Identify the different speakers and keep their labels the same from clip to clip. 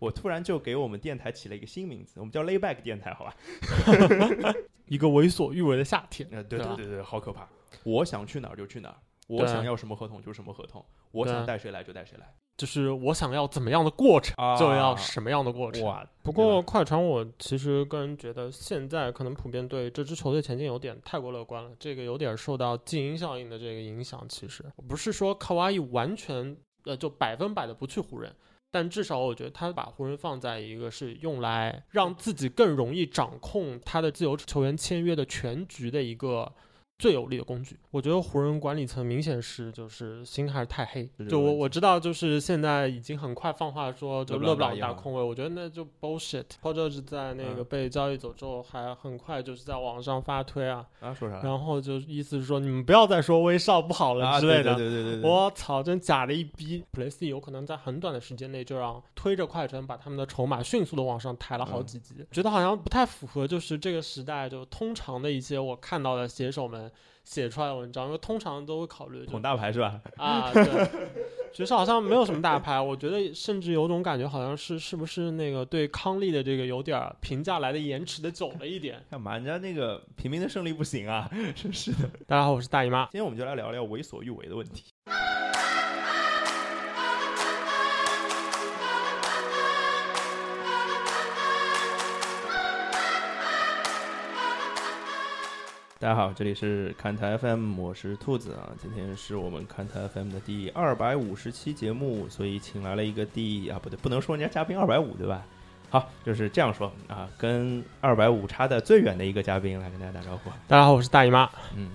Speaker 1: 我突然就给我们电台起了一个新名字，我们叫 Layback 电台，好吧？
Speaker 2: 一个为所欲为的夏天，
Speaker 1: 呃，对
Speaker 2: 对
Speaker 1: 对
Speaker 2: 吧
Speaker 1: 对对，好可怕！我想去哪儿就去哪儿，我
Speaker 2: 对
Speaker 1: 想要什么合同就什么合同，我
Speaker 2: 对
Speaker 1: 想带谁来就带谁来
Speaker 2: 就是我想要怎么样的过程，
Speaker 1: 啊
Speaker 2: 就要什么样的过程。
Speaker 1: 哇，
Speaker 3: 不
Speaker 1: 对
Speaker 3: 过快船，我其实个人觉得现在可能普遍对这支球队前景有点太过乐观了，这个有点受到静音效应的这个影响。其实不是说卡哇伊完全呃就百分百的不去湖人，但至少我觉得他把湖人放在一个是用来让自己更容易掌控他的自由球员签约的全局的一个。最有力的工具，我觉得湖人管理层明显是就是心还是太黑
Speaker 1: 是这。个
Speaker 3: 就我
Speaker 1: 问题
Speaker 3: 我知道，就是现在已经很快放话说，就
Speaker 1: 勒
Speaker 3: 勒
Speaker 1: 布
Speaker 3: 布
Speaker 1: 朗
Speaker 3: 朗
Speaker 1: 打
Speaker 3: 打
Speaker 1: 样
Speaker 3: 控卫，我觉得那就 bullshit。Paul George 在那个
Speaker 1: 嗯
Speaker 3: 被交易走之后，还很快就是在网上发推啊，
Speaker 1: 啊，说啥了？
Speaker 3: 然后就是意思是说你们不要再说威少不好了
Speaker 1: 啊，
Speaker 3: 之
Speaker 1: 对
Speaker 3: 类
Speaker 1: 对
Speaker 3: 的。
Speaker 1: 对对对对，
Speaker 3: 我操，真假的一逼！普雷斯利有可能在很短的时间内就让推着快船把他们的筹码迅速的往上抬了好
Speaker 1: 嗯
Speaker 3: 几级，觉得好像不太符合就是这个时代就通常的一些我看到的写手们写出来的文章，因为通常都会考虑就
Speaker 1: 捧大牌是吧？
Speaker 3: 啊，对，爵士好像没有什么大牌，我觉得甚至有种感觉，好像是是不是那个对康利的这个有点儿评价来的延迟的久了一点。
Speaker 1: 干嘛？人家那个平民的胜利不行啊！真 是的。
Speaker 3: 大家好，我是大姨妈。
Speaker 1: 今天我们就来聊聊为所欲为的问题。大家好，这里是看台 FM，我是兔子啊。今天是我们看台 FM 的第二百五十期节目，所以请来了一个第啊，不对，不能说人家嘉宾二百五对吧？好，就是这样说啊，跟二百五差的最远的一个嘉宾来跟大家打招呼。
Speaker 3: 大家好，我是大姨妈。
Speaker 1: 嗯，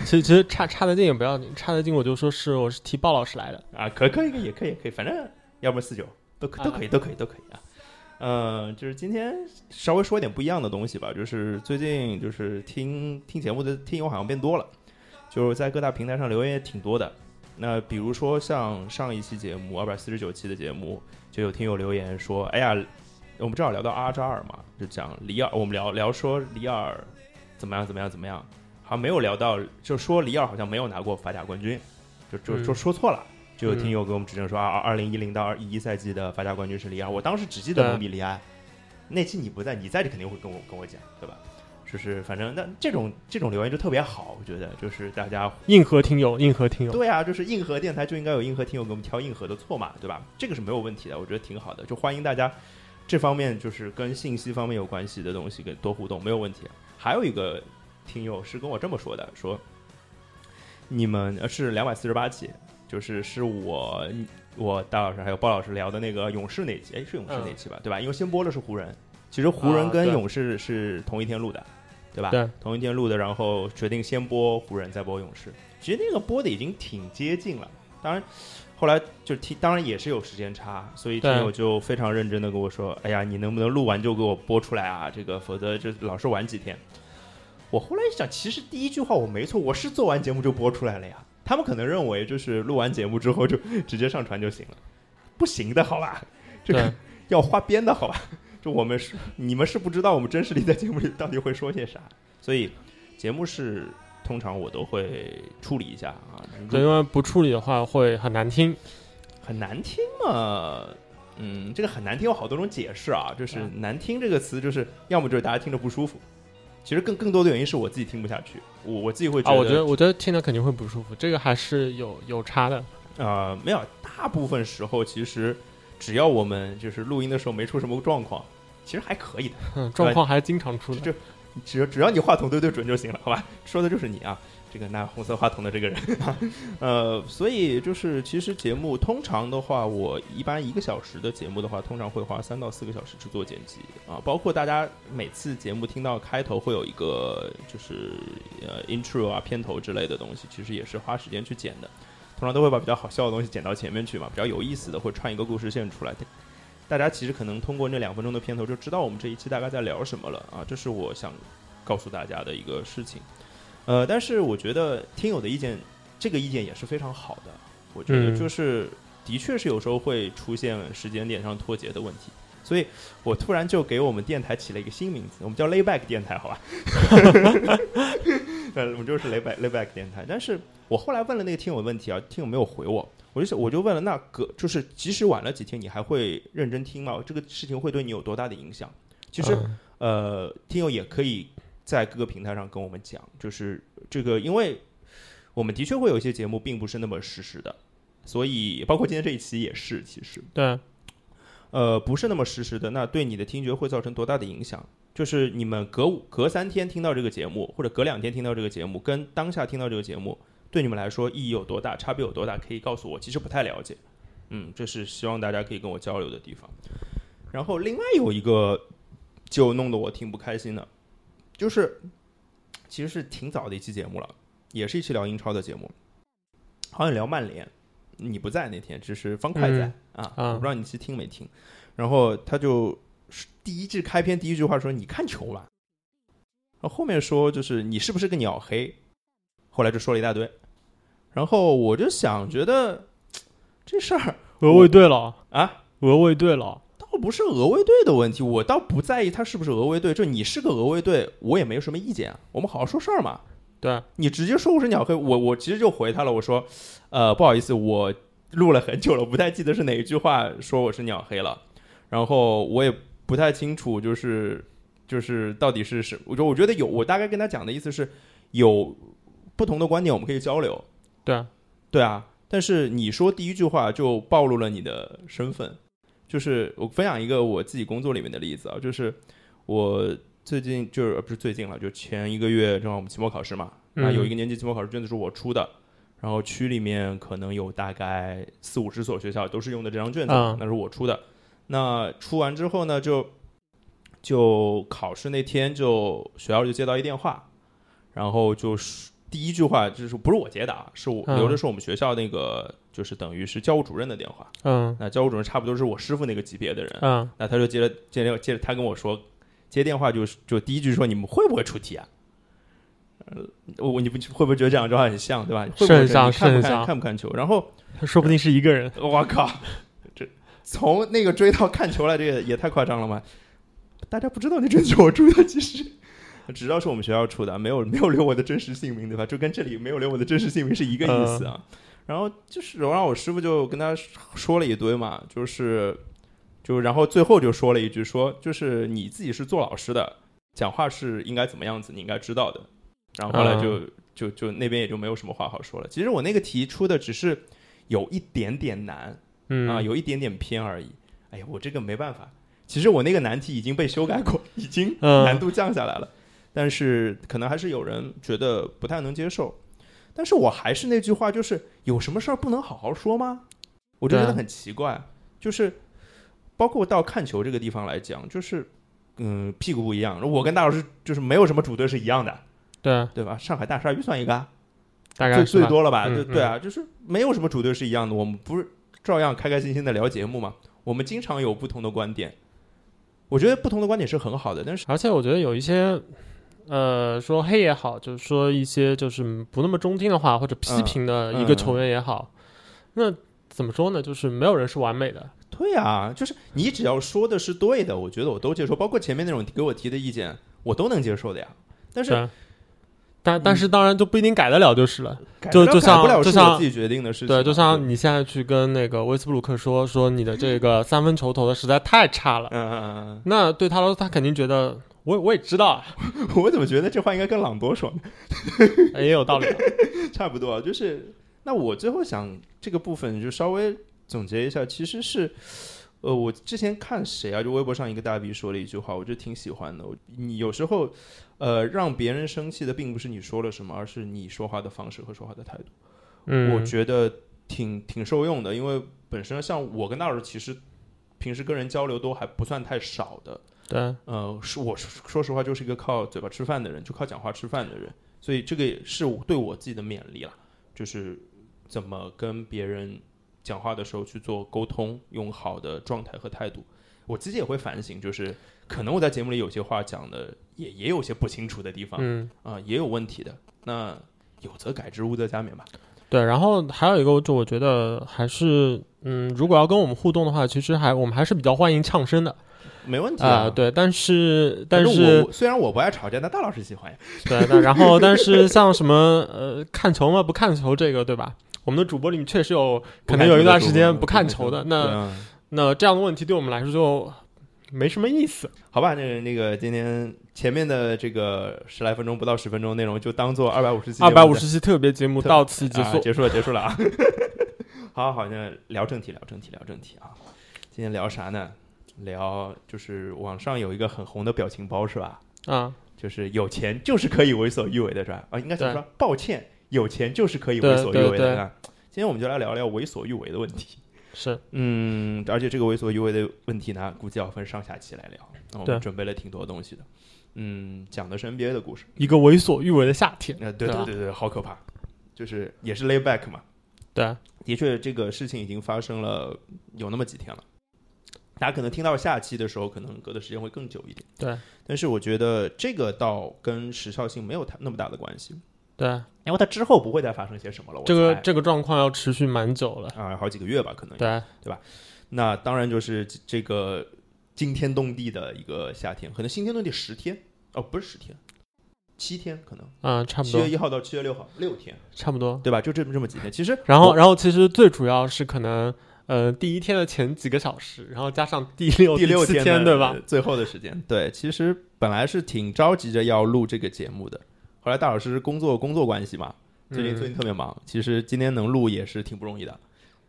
Speaker 3: 其实其实差差得近也不要紧，差得近我就说是我是替鲍老师来的。
Speaker 1: 啊，可可以，可以也可以，可以，反正要不然四九都可都可以，都可以，都可以啊。嗯，就是今天稍微说一点不一样的东西吧，就是最近就是听听节目的听友好像变多了，就是在各大平台上留言也挺多的。那比如说像上一期节目二百四十九期的节目，就有听友留言说：“哎呀，我们正好聊到阿扎尔嘛，就讲里尔，我们聊聊说里尔怎么样怎么样怎么样，好像没有聊到，就说里尔好像没有拿过法甲冠军，就就
Speaker 3: 嗯
Speaker 1: 就说错了。就有听友给我们指正说啊，二零一零到二一赛季的法甲冠军是里尔，我当时只记得
Speaker 3: 对
Speaker 1: 姆比利埃。那期你不在，你在这肯定会跟我跟我讲，对吧？就是反正那这种这种留言就特别好，我觉得就是大家
Speaker 3: 硬核听友，硬核听友。
Speaker 1: 对啊，就是硬核电台就应该有硬核听友给我们挑硬核的错嘛，对吧？这个是没有问题的，我觉得挺好的，就欢迎大家这方面就是跟信息方面有关系的东西给多互动，没有问题。还有一个听友是跟我这么说的，说你们呃是两百四十八期，就是是我我大老师还有鲍老师聊的那个勇士那期，哎是勇士那期吧，对吧？因为先播的是湖人，其实湖人
Speaker 3: 嗯啊
Speaker 1: 跟
Speaker 3: 对
Speaker 1: 勇士是同一天录的，对吧？
Speaker 3: 对，
Speaker 1: 同一天录的，然后决定先播湖人，再播勇士。其实那个播的已经挺接近了，当然后来就听，当然也是有时间差，所以听
Speaker 3: 对
Speaker 1: 友就非常认真的跟我说：“哎呀，你能不能录完就给我播出来啊？这个否则就老是晚几天。”我后来一想，其实第一句话我没错，我是做完节目就播出来了呀。他们可能认为就是录完节目之后就直接上传就行了，不行的好吧？这个
Speaker 3: 对
Speaker 1: 要花边的好吧？就我们是你们是不知道我们真实里在节目里到底会说些啥，所以节目是通常我都会处理一下啊，
Speaker 3: 对，因为不处理的话会很难听。
Speaker 1: 很难听嘛。嗯，这个很难听有好多种解释啊，就是
Speaker 3: 嗯
Speaker 1: 难听这个词，就是要么就是大家听着不舒服，其实更更多的原因是我自己听不下去，我我自己会
Speaker 3: 啊，我觉得我觉得听了肯定会不舒服，这个还是有有差的。
Speaker 1: 呃，没有，大部分时候其实只要我们就是录音的时候没出什么状况，其实还可以的。
Speaker 3: 嗯，状况还是经常出
Speaker 1: 这
Speaker 3: 的。
Speaker 1: 只要只要你话筒对对准就行了，好吧？ 说的就是你啊，这个拿红色话筒的这个人， 呃，所以就是其实节目通常的话，我一般一个小时的节目的话，通常会花三到四个小时去做剪辑啊，包括大家每次节目听到开头会有一个就是呃 intro 啊片头之类的东西，其实也是花时间去剪的。通常都会把比较好笑的东西剪到前面去嘛，比较有意思的会串一个故事线出来。大家其实可能通过那两分钟的片头就知道我们这一期大概在聊什么了啊，这是我想告诉大家的一个事情。呃，但是我觉得听友的意见，这个意见也是非常好的。我觉得
Speaker 3: 嗯
Speaker 1: 就是，的确是有时候会出现时间点上脱节的问题，所以我突然就给我们电台起了一个新名字，我们叫 Layback 电台，好吧？呃，我们就是 Layback Layback 电台。但是我后来问了那个听友问题啊，听友没有回我，我就想我就问了，那隔就是即使晚了几天，你还会认真听吗？这个事情会对你有多大的影响？其实
Speaker 3: 嗯
Speaker 1: 呃，听友也可以在各个平台上跟我们讲，就是这个，因为我们的确会有一些节目并不是那么实时的，所以包括今天这一期也是，其实
Speaker 3: 对，
Speaker 1: 呃不是那么实时的，那对你的听觉会造成多大的影响？就是你们隔五隔三天听到这个节目，或者隔两天听到这个节目，跟当下听到这个节目，对你们来说意义有多大，差别有多大？可以告诉我，其实不太了解。嗯，这是希望大家可以跟我交流的地方。然后另外有一个就弄得我挺不开心的，就是其实是挺早的一期节目了，也是一期聊英超的节目，好像聊曼联。你不在那天，只是方块在、啊，
Speaker 3: 啊
Speaker 1: 我不知道你去听没听。然后他就第一句开篇第一句话说：“你看球了。”然后后面说就是你是不是个鸟黑？后来就说了一大堆。然后我就想，觉得嘖这事儿
Speaker 2: 我卫队了，
Speaker 1: 啊，
Speaker 2: 我卫队了，
Speaker 1: 倒不是俄卫队的问题，我倒不在意他是不是俄卫队。就你是个俄卫队，我也没有什么意见啊。我们好好说事儿嘛。
Speaker 3: 对，
Speaker 1: 你直接说我是鸟黑，我我其实就回他了，我说，呃，不好意思，我录了很久了，不太记得是哪一句话说我是鸟黑了，然后我也不太清楚，就是就是到底是什，我就我觉得有，我大概跟他讲的意思是有不同的观点，我们可以交流，
Speaker 3: 对啊，
Speaker 1: 对啊，但是你说第一句话就暴露了你的身份。就是我分享一个我自己工作里面的例子啊，就是我最近就是呃不是最近了，就前一个月正好我们期末考试嘛，那
Speaker 3: 嗯
Speaker 1: 有一个年级期末考试卷子是我出的，然后区里面可能有大概四五十所学校都是用的这张卷子，
Speaker 3: 嗯
Speaker 1: 那是我出的。那出完之后呢，就就考试那天就学校就接到一电话，然后就是第一句话就是不是我接的啊，是我
Speaker 3: 嗯
Speaker 1: 留的是我们学校那个就是等于是教务主任的电话。
Speaker 3: 嗯
Speaker 1: 那教务主任差不多是我师傅那个级别的人，
Speaker 3: 嗯
Speaker 1: 那他就接着接着接着他跟我说，接电话就是就第一句说你们会不会出题啊？呃，我你不会不会觉得这两句话很像对吧？会不会
Speaker 3: 是很像
Speaker 1: 你看不
Speaker 3: 是很
Speaker 1: 看
Speaker 3: 像
Speaker 1: 看不看球？然后
Speaker 3: 嗯
Speaker 2: 说不定是一个人。
Speaker 1: 我靠，这从那个追到看球来，这个也太夸张了吧？大家不知道那真是我住的，其实只知道是我们学校出的，没有没有留我的真实姓名，对吧？就跟这里没有留我的真实姓名是一个意思啊。然后就是，然后我师傅就跟他说了一堆嘛，就是就然后最后就说了一句说，就是你自己是做老师的，讲话是应该怎么样子，你应该知道的。然后后来就、就就那边也就没有什么话好说了。其实我那个题出的只是有一点点难
Speaker 3: 嗯
Speaker 1: 啊，有一点点偏而已。哎呀，我这个没办法。其实我那个难题已经被修改过，已经
Speaker 3: 嗯
Speaker 1: 难度降下来了，但是可能还是有人觉得不太能接受。但是我还是那句话，就是有什么事儿不能好好说吗？我就觉得
Speaker 3: 对
Speaker 1: 很奇怪，就是包括到看球这个地方来讲，就是嗯，屁股不一样。我跟大老师就是没有什么主队是一样的，
Speaker 3: 对，
Speaker 1: 对吧？上海大鲨鱼算一个啊，
Speaker 3: 大概
Speaker 1: 最
Speaker 3: 是
Speaker 1: 最
Speaker 3: 吧
Speaker 1: 多了吧？
Speaker 3: 嗯
Speaker 1: 对对啊，就是没有什么主队是一样的，我们不是照样开开心心的聊节目嘛？我们经常有不同的观点，我觉得不同的观点是很好的，但是
Speaker 3: 而且我觉得有一些，呃，说黑也好，就是说一些就是不那么中听的话，或者批
Speaker 1: 嗯
Speaker 3: 评的一个
Speaker 1: 嗯
Speaker 3: 球员也好，那怎么说呢？就是没有人是完美的，
Speaker 1: 对啊，就是你只要说的是对的，我觉得我都接受，包括前面那种给我提的意见，我都能接受的呀。但是嗯
Speaker 3: 对啊但但是当然就不一定改得了就是了。
Speaker 1: 改
Speaker 3: 就
Speaker 1: 不了
Speaker 3: 就像
Speaker 1: 改不了
Speaker 3: 就是
Speaker 1: 我
Speaker 3: 像
Speaker 1: 自己决定的事情嘛，
Speaker 3: 对，就像你现在去跟那个威斯布鲁克说说你的这个三分球投的实在太差了，
Speaker 1: 嗯嗯嗯。
Speaker 3: 那对他来说他肯定觉得我我也知道啊，
Speaker 1: 嗯 我怎么觉得这话应该跟朗博说呢？
Speaker 3: 也有道理啊。
Speaker 1: 差不多，就是那我最后想这个部分就稍微总结一下，其实是。呃，我之前看谁啊，就微博上一个大 V 说了一句话，我就挺喜欢的。我你有时候，呃，让别人生气的并不是你说了什么，而是你说话的方式和说话的态度。
Speaker 3: 嗯，
Speaker 1: 我觉得挺挺受用的，因为本身像我跟大老师其实平时跟人交流都还不算太少的，
Speaker 3: 对，
Speaker 1: 呃，是我说说实话就是一个靠嘴巴吃饭的人，就靠讲话吃饭的人，所以这个也是我对我自己的勉励啦，就是怎么跟别人讲话的时候去做沟通，用好的状态和态度。我自己也会反省，就是可能我在节目里有些话讲的也也有些不清楚的地方啊、
Speaker 3: 嗯。
Speaker 1: 也有问题的。那有则改之，无则加勉吧。
Speaker 3: 对，然后还有一个，就我觉得还是，嗯，如果要跟我们互动的话，其实还我们还是比较欢迎呛声的
Speaker 1: 没问题
Speaker 3: 啊、对，但是
Speaker 1: 反
Speaker 3: 但
Speaker 1: 正
Speaker 3: 是
Speaker 1: 我我虽然我不爱吵架，但大老师喜欢呀。
Speaker 3: 对，但然后但是像什么呃看球嘛不看球这个对吧？我们的主播里面确实有
Speaker 1: 不看
Speaker 3: 可能有一段
Speaker 1: 球的
Speaker 3: 时
Speaker 1: 主
Speaker 3: 间
Speaker 1: 播
Speaker 3: 不看球的，
Speaker 1: 对
Speaker 3: 那
Speaker 1: 啊
Speaker 3: 那这样的问题对我们来说就没什么意思。
Speaker 1: 好吧，那个那个今天前面的这个十来分钟不到十分钟内容，就当做二百五十期节目
Speaker 3: 二
Speaker 1: 的，
Speaker 3: 百啊五十期特别节目
Speaker 1: 特
Speaker 3: 到此结
Speaker 1: 啊
Speaker 3: 束，
Speaker 1: 结束了，结束了啊！ 好，好，那聊正题，聊正题，聊正题啊！今天聊啥呢？聊就是网上有一个很红的表情包是吧？
Speaker 3: 啊，
Speaker 1: 就是有钱就是可以为所欲为的是吧？啊，应该怎么
Speaker 3: 对
Speaker 1: 说？抱歉，有钱就是可以为
Speaker 3: 对
Speaker 1: 所欲
Speaker 3: 对
Speaker 1: 为
Speaker 3: 对
Speaker 1: 的啊！今天我们就来聊聊为所欲为的问题。
Speaker 3: 是
Speaker 1: 嗯，而且这个为所欲为的问题呢，估计要分上下期来聊。那我
Speaker 3: 对
Speaker 1: 们准备了挺多东西的，嗯，讲的是 NBA 的故事，
Speaker 2: 一个为所欲为的夏天，
Speaker 1: 呃，对
Speaker 3: 对
Speaker 1: 对
Speaker 3: 啊
Speaker 1: 对对，好可怕，就是也是 layback 嘛，
Speaker 3: 对
Speaker 1: 的确这个事情已经发生了有那么几天了。大家可能听到下期的时候，可能隔的时间会更久一点。
Speaker 3: 对，
Speaker 1: 但是我觉得这个倒跟时效性没有太那么大的关系，
Speaker 3: 对，
Speaker 1: 因为它之后不会再发生些什么了。我
Speaker 3: 这个
Speaker 1: 猜
Speaker 3: 这个状况要持续蛮久了，
Speaker 1: 啊、好几个月吧，可能
Speaker 3: 对
Speaker 1: 那当然就是这这个惊天动地的一个夏天，可能惊天动地十天哦，不是十天，七天可能，
Speaker 3: 啊，差不
Speaker 1: 七
Speaker 3: 多
Speaker 1: 月一号到七月六号六天，
Speaker 3: 差不多。
Speaker 1: 对吧？就这么这么几天。其实
Speaker 3: 然后，
Speaker 1: 我
Speaker 3: 然后其实最主要是可能，呃，第一天的前几个小时，然后加上第六、
Speaker 1: 第六
Speaker 3: 七
Speaker 1: 天
Speaker 3: 哦天，
Speaker 1: 的
Speaker 3: 对吧？？
Speaker 1: 最后的时间，对，其实本来是挺着急着要录这个节目的，后来大老师工作工作关系嘛，最近
Speaker 3: 嗯
Speaker 1: 最近特别忙，其实今天能录也是挺不容易的，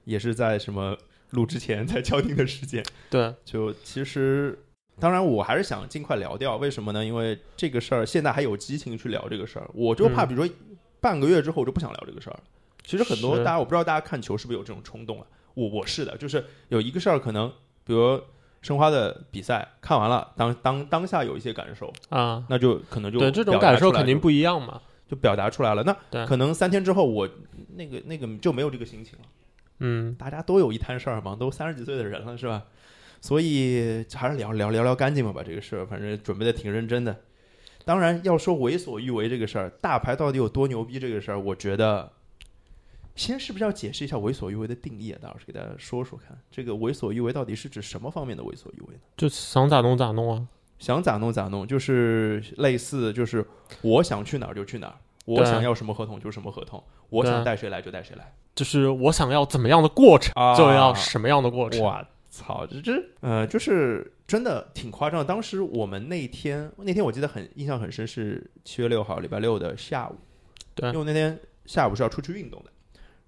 Speaker 1: 也是在什么录之前才敲定的时间。
Speaker 3: 对
Speaker 1: 就其实，当然我还是想尽快聊掉，为什么呢？因为这个事儿现在还有激情去聊这个事儿，我就怕
Speaker 3: 嗯
Speaker 1: 比如说半个月之后我就不想聊这个事儿了。其实很多
Speaker 3: 是
Speaker 1: 大家，我不知道大家看球是不是有这种冲动啊？我我是的，就是有一个事儿，可能比如申花的比赛看完了，当当当下有一些感受，
Speaker 3: 啊，
Speaker 1: 那就可能就
Speaker 3: 对这种
Speaker 1: 表达
Speaker 3: 感受
Speaker 1: 出来
Speaker 3: 肯定
Speaker 1: 就
Speaker 3: 不一样嘛。
Speaker 1: 就表达出来了。那
Speaker 3: 对
Speaker 1: 可能三天之后我那个那个就没有这个心情了。
Speaker 3: 嗯，
Speaker 1: 大家都有一摊事儿嘛，都三十几岁的人了，是吧？所以还是聊聊聊聊干净吧，把这个事儿，反正准备的挺认真的。当然，要说为所欲为这个事儿，大牌到底有多牛逼这个事儿，我觉得，先是不是要解释一下为所欲为的定义啊？大老师给大家说说看，这个为所欲为到底是指什么方面的为所欲为呢？
Speaker 3: 就想咋弄咋弄啊。
Speaker 1: 想咋弄咋弄，就是类似，就是我想去哪儿就去哪儿，我
Speaker 3: 对啊
Speaker 1: 想要什么合同就什么合同，我
Speaker 3: 对啊
Speaker 1: 想带谁来就带谁来，
Speaker 3: 就是我想要怎么样的过程，
Speaker 1: 啊
Speaker 3: 就要什么样的过程。
Speaker 1: 我操，这这呃，就是真的挺夸张的。当时我们那天那天我记得很印象很深，是七月六号礼拜六的下午，
Speaker 3: 对
Speaker 1: 因为我那天下午是要出去运动的，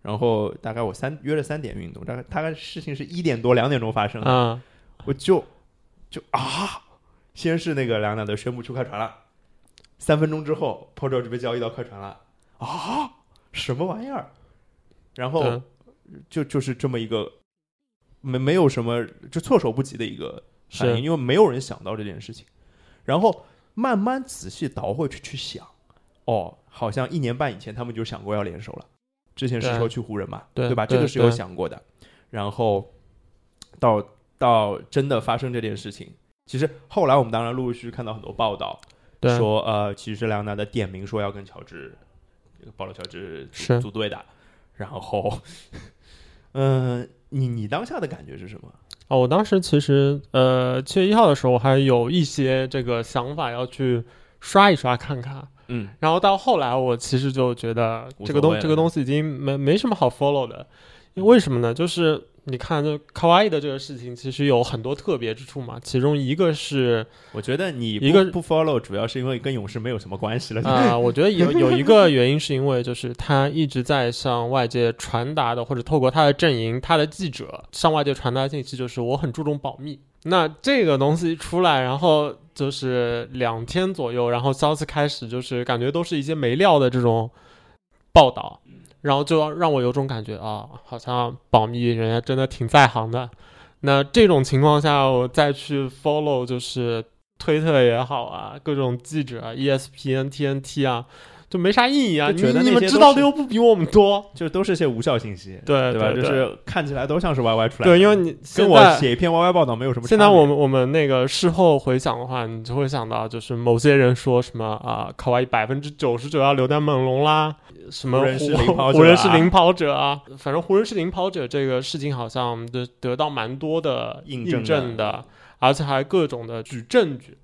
Speaker 1: 然后大概我三约了三点运动，大概大概事情是一点多两点钟发生的，
Speaker 3: 嗯，
Speaker 1: 我就就啊，先是那个梁纳德宣布出快船了，三分钟之后 p o j o 就被交易到快船了啊，什么玩意儿？然后
Speaker 3: 对
Speaker 1: 就就是这么一个没没有什么就措手不及的一个反应，
Speaker 3: 是
Speaker 1: 因为没有人想到这件事情。然后慢慢仔细倒回去去想，哦，好像一年半以前他们就想过要联手了，之前是
Speaker 3: 对
Speaker 1: 说去湖人嘛，
Speaker 3: 对
Speaker 1: 吧？
Speaker 3: 对
Speaker 1: 这个是有
Speaker 3: 对
Speaker 1: 想过的。然后到到真的发生这件事情，其实后来我们当然陆陆续续看到很多报道，
Speaker 3: 对，
Speaker 1: 说呃，其实莱昂纳德点名说要跟乔治，这个保罗乔治组
Speaker 3: 是
Speaker 1: 组队的，然后， 嗯、你你当下的感觉是什么？
Speaker 3: 哦，我当时其实呃七月一号的时候，我还有一些这个想法要去刷一刷看看。
Speaker 1: 嗯，
Speaker 3: 然后到后来，我其实就觉得
Speaker 1: 无
Speaker 3: 这个
Speaker 1: 所谓
Speaker 3: 东
Speaker 1: 了
Speaker 3: 这个东西已经没没什么好 follow 的，因为为什么呢？就是你看，就卡哇伊的这个事情，其实有很多特别之处嘛。其中一 个是
Speaker 1: 我觉得你不
Speaker 3: 一个
Speaker 1: 不 follow 主要是因为跟勇士没有什么关系了。
Speaker 3: 啊、我觉得有有一个原因是因为就是他一直在向外界传达的，或者透过他的阵营、他的记者向外界传达的信息，就是我很注重保密。那这个东西出来，然后就是两天左右，然后消息开始就是感觉都是一些没料的这种报道，然后就让让我有种感觉啊，好像保密人家真的挺在行的。那这种情况下，我再去 follow 就是推特也好啊，各种记者啊，ESPN、TNT 啊，就没啥意义啊。
Speaker 1: 就觉得
Speaker 3: 你你
Speaker 1: 那些都
Speaker 3: 们知道
Speaker 1: 是
Speaker 3: 的又不比我们多，
Speaker 1: 就都是些无效信息，
Speaker 3: 对
Speaker 1: 吧？
Speaker 3: 对
Speaker 1: 就是看起来都像是 YY 出来的，
Speaker 3: 对，因为你
Speaker 1: 跟
Speaker 3: 现
Speaker 1: 我
Speaker 3: 在
Speaker 1: 写一篇 YY 报道没有什么差别。
Speaker 3: 现在我们我们那个事后回想的话，你就会想到，就是某些人说什么啊，卡哇伊百分之九十九要留在猛龙啦，什么
Speaker 1: 湖人是领跑者啊
Speaker 3: 湖人是领跑者啊，反正湖人是领跑者这个事情好像得得到蛮多的
Speaker 1: 印
Speaker 3: 印
Speaker 1: 证的
Speaker 3: 的，而且还各种的举证据。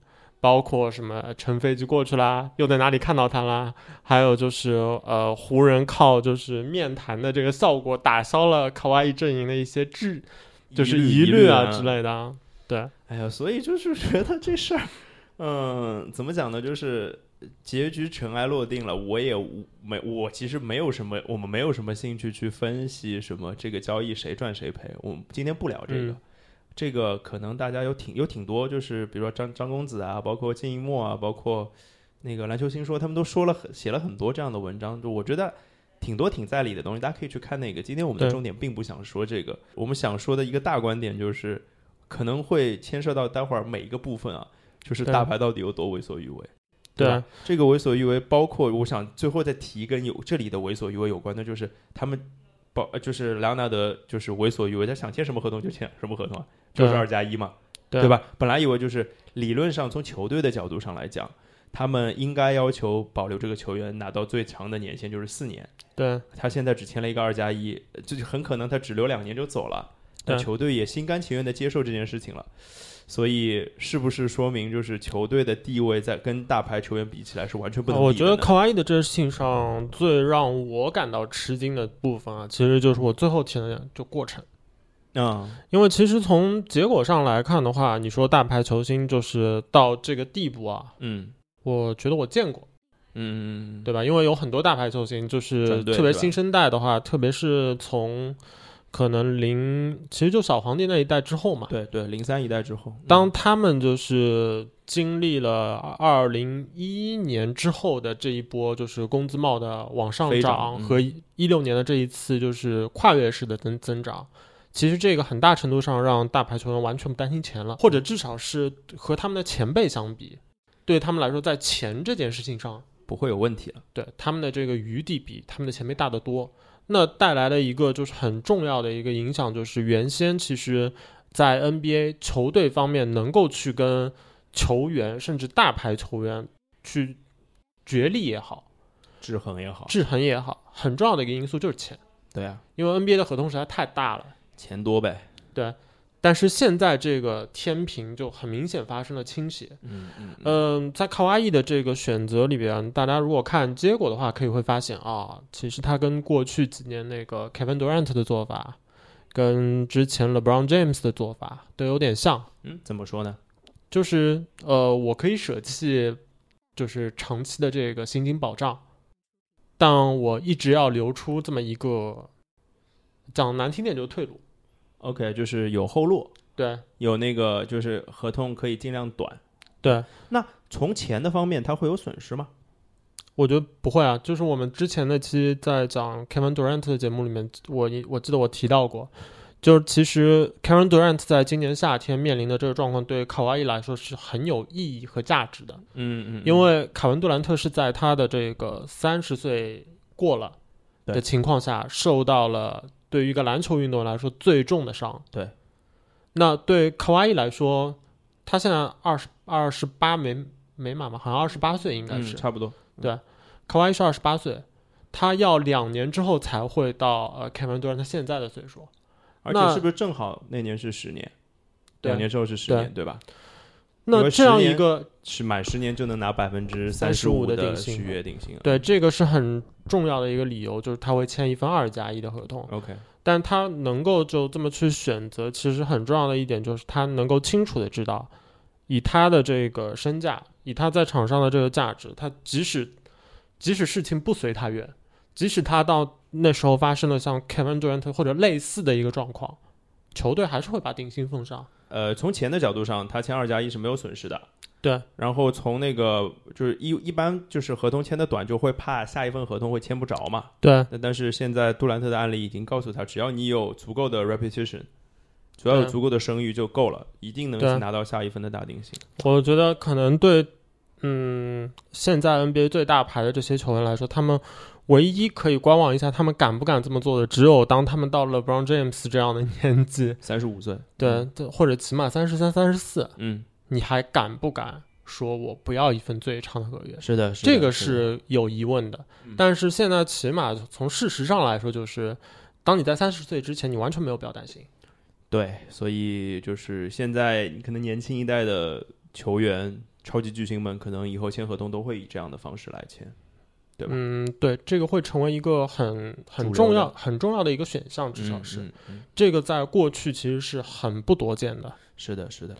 Speaker 3: 包括什么呃乘飞机过去啦，又在哪里看到他啦，还有就是呃，湖人靠就是面谈的这个效果打消了卡哇伊阵营的一些质就是疑虑啊之。类的啊。对，
Speaker 1: 哎呀，所以就是 觉得这事儿，嗯，怎么讲呢？就是结局尘埃落定了，我也无没，我其实没有什么，我们没有什么兴趣去分析什么这个交易谁赚谁赔，我们今天不聊这个。
Speaker 3: 嗯
Speaker 1: 这个可能大家有挺有挺多，就是比如说张张公子啊，包括金一墨啊，包括那个篮球新说，他们都说了很写了很多这样的文章，就我觉得挺多挺在理的东西，大家可以去看那个。今天我们的
Speaker 3: 对
Speaker 1: 重点并不想说这个，我们想说的一个大观点就是，可能会牵涉到待会儿每一个部分啊，就是
Speaker 3: 对
Speaker 1: 大牌到底有多为所欲为。
Speaker 3: 对
Speaker 1: 吧这个为所欲为，包括我想最后再提跟有这里的为所欲为有关的，就是他们包呃就是莱昂纳德就是为所欲为，他想签什么合同就签什么合同啊，
Speaker 3: 对
Speaker 1: 就是二加一嘛，
Speaker 3: 对
Speaker 1: 对？吧？本来以为就是理论上从球队的角度上来讲，他们应该要求保留这个球员拿到最长的年限就是四年，
Speaker 3: 对
Speaker 1: 他现在只签了一个二加一，呃这就很可能他只留两年就走了。那
Speaker 3: 对
Speaker 1: 球队也心甘情愿的接受这件事情了，所以是不是说明就是球队的地位在跟大牌球员比起来是完全不能
Speaker 3: 呃我
Speaker 1: 比的
Speaker 3: 觉得
Speaker 1: 呢
Speaker 3: 卡哇伊的这个事情上最让我感到吃惊的部分啊，其实就是我最后提的就过程。
Speaker 1: 嗯，
Speaker 3: 因为其实从结果上来看的话，你说大牌球星就是到这个地步啊，
Speaker 1: 嗯
Speaker 3: 我觉得我见过，
Speaker 1: 嗯，
Speaker 3: 对吧？因为有很多大牌球星，就是
Speaker 1: 转队
Speaker 3: 特别
Speaker 1: 是吧
Speaker 3: 新生代的话，特别是从可能零，其实就小皇帝那一代之后嘛，
Speaker 1: 对对，零三一代之后，嗯
Speaker 3: 当他们就是经历了二零一一年之后的这一波，就是工资帽的往上
Speaker 1: 飞涨
Speaker 3: 涨
Speaker 1: 嗯
Speaker 3: 和一六年的这一次就是跨越式的增增长，其实这个很大程度上让大牌球员完全不担心钱了，或
Speaker 1: 嗯
Speaker 3: 者至少是和他们的前辈相比，对他们来说，在钱这件事情上，
Speaker 1: 不会有问题了。
Speaker 3: 对他们的这个余地比他们的前辈大得多。那带来了一个就是很重要的一个影响，就是原先其实，在 NBA 球队方面能够去跟球员甚至大牌球员去角力也好，
Speaker 1: 制衡也好，
Speaker 3: 制衡也好，很重要的一个因素就是钱，
Speaker 1: 对啊，
Speaker 3: 因为 NBA 的合同实在太大了。
Speaker 1: 钱多呗，
Speaker 3: 但是现在这个天平就很明显发生了倾斜，
Speaker 1: 嗯嗯嗯
Speaker 3: 嗯，在卡哇伊的这个选择里边，大家如果看结果的话，可以会发现啊，其实他跟过去几年那个 Kevin Durant 的做法，跟之前 LeBron James 的做法都有点像，
Speaker 1: 嗯，怎么说呢？
Speaker 3: 就是呃，我可以舍弃就是长期的这个薪金保障，但我一直要留出这么一个，讲难听点就是退路，
Speaker 1: OK，就是有后路，
Speaker 3: 对
Speaker 1: 有那个就是合同可以尽量短。
Speaker 3: 对，
Speaker 1: 从钱的方面，它会有损失吗？
Speaker 3: 我觉得不会啊，就是我们之前那期在讲 Kevin Durant 的节目里面，我我记得我提到过，就是其实 Kevin Durant 在今年夏天面临的这个状况，对卡哇伊来说是很有意义和价值的，
Speaker 1: 嗯嗯
Speaker 3: 因为凯文杜兰特是在他的这个三十岁过了的
Speaker 1: 对
Speaker 3: 情况下，受到了对于一个篮球运动员来说最重的伤。
Speaker 1: 对，
Speaker 3: 那对卡哇伊来说，他现在二十二十八没没满嘛，好像二十八岁应该
Speaker 1: 嗯
Speaker 3: 是。
Speaker 1: 差不多。
Speaker 3: 卡哇伊是二十八岁，他要两年之后才会到呃凯文杜兰特现在的岁数。
Speaker 1: 而且
Speaker 3: 那
Speaker 1: 是不是正好那年是十年，
Speaker 3: 对
Speaker 1: 两年之后是十
Speaker 3: 对
Speaker 1: 年，对吧？因
Speaker 3: 那
Speaker 1: 为
Speaker 3: 这样
Speaker 1: 10年
Speaker 3: 一个
Speaker 1: 是满十年就能拿百分之十
Speaker 3: 35%的
Speaker 1: 的
Speaker 3: 定薪
Speaker 1: 续约定薪了。
Speaker 3: 对这个是很重要的一个理由，就是他会签一份二加一的合同，
Speaker 1: ，OK，
Speaker 3: 但他能够就这么去选择，其实很重要的一点就是他能够清楚的知道，以他的这个身价，以他在场上的这个价值，他即使即使事情不随他愿，即使他到那时候发生了像凯文杜兰特或者类似的一个状况，球队还是会把顶薪奉上。
Speaker 1: 呃，从钱的角度上，他签二加一是没有损失的。
Speaker 3: 对，
Speaker 1: 然后从那个就是一一般就是合同签的短，就会怕下一份合同会签不着嘛。
Speaker 3: 对
Speaker 1: 那但是现在杜兰特的案例已经告诉他，只要你有足够的 reputation，只要有
Speaker 3: 对
Speaker 1: 足够的声誉就够了，一定能去
Speaker 3: 对
Speaker 1: 拿到下一份的大定薪。
Speaker 3: 我觉得可能对，嗯，现在 NBA 最大牌的这些球员来说，他们唯一可以观望一下他们敢不敢这么做的，只有当他们到了 LeBron James 这样的年 纪，
Speaker 1: 三十五岁，
Speaker 3: 对，对或者起码三十三、三十四，
Speaker 1: 嗯，
Speaker 3: 你还敢不敢说我不要一份最长的合约？
Speaker 1: 是的，
Speaker 3: 这个是有疑问的
Speaker 1: 嗯。
Speaker 3: 但是现在起码从事实上来说，就是当你在三十岁之前，你完全没有必要担心。
Speaker 1: 对，所以就是现在可能年轻一代的球员超级巨星们可能以后签合同都会以这样的方式来签。对吧
Speaker 3: 嗯，对，这个会成为一个很很
Speaker 1: 主
Speaker 3: 重
Speaker 1: 流
Speaker 3: 要、
Speaker 1: 的
Speaker 3: 很重要的一个选项，至少是、
Speaker 1: 嗯嗯
Speaker 3: 这个在过去其实是很不多见的。
Speaker 1: 是的，是的。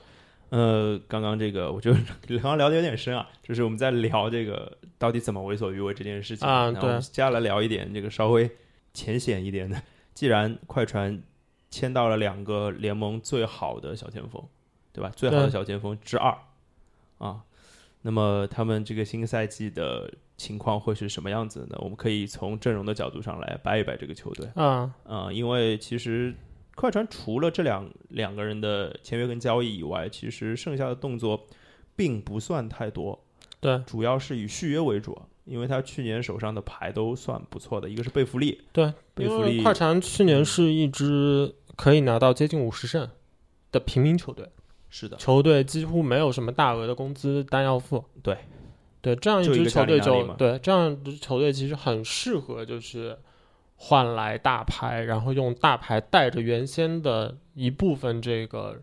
Speaker 1: 呃，刚刚这个我觉得刚刚聊的有点深啊，就是我们在聊这个啊到底怎么为所欲为这件事情
Speaker 3: 啊
Speaker 1: 然后我们
Speaker 3: 对
Speaker 1: 接下来聊一点这个稍微浅显一点的。既然快船签到了两个联盟最好的小前锋，对吧？最好的
Speaker 3: 对
Speaker 1: 小前锋之二啊，那么他们这个新赛季的情况会是什么样子呢？我们可以从阵容的角度上来掰一掰这个球队。
Speaker 3: 啊、
Speaker 1: 嗯，因为其实快船除了这两两个人的签约跟交易以外，其实剩下的动作并不算太多，
Speaker 3: 对
Speaker 1: 主要是以续约为主。因为他去年手上的牌都算不错的，一个是贝弗利，
Speaker 3: 对，
Speaker 1: 贝
Speaker 3: 因
Speaker 1: 弗
Speaker 3: 为
Speaker 1: 利嗯
Speaker 3: 快船去年是一支可以拿到接近五十胜的平民球队，
Speaker 1: 是的，
Speaker 3: 球队几乎没有什么大额的工资单要付。
Speaker 1: 对，
Speaker 3: 对，这样一
Speaker 1: 就一
Speaker 3: 支
Speaker 1: 个
Speaker 3: 球队
Speaker 1: 加里纳利
Speaker 3: 就
Speaker 1: 嘛
Speaker 3: 对这样一支球队其实很适合就是换来大牌，然后用大牌带着原先的一部分这个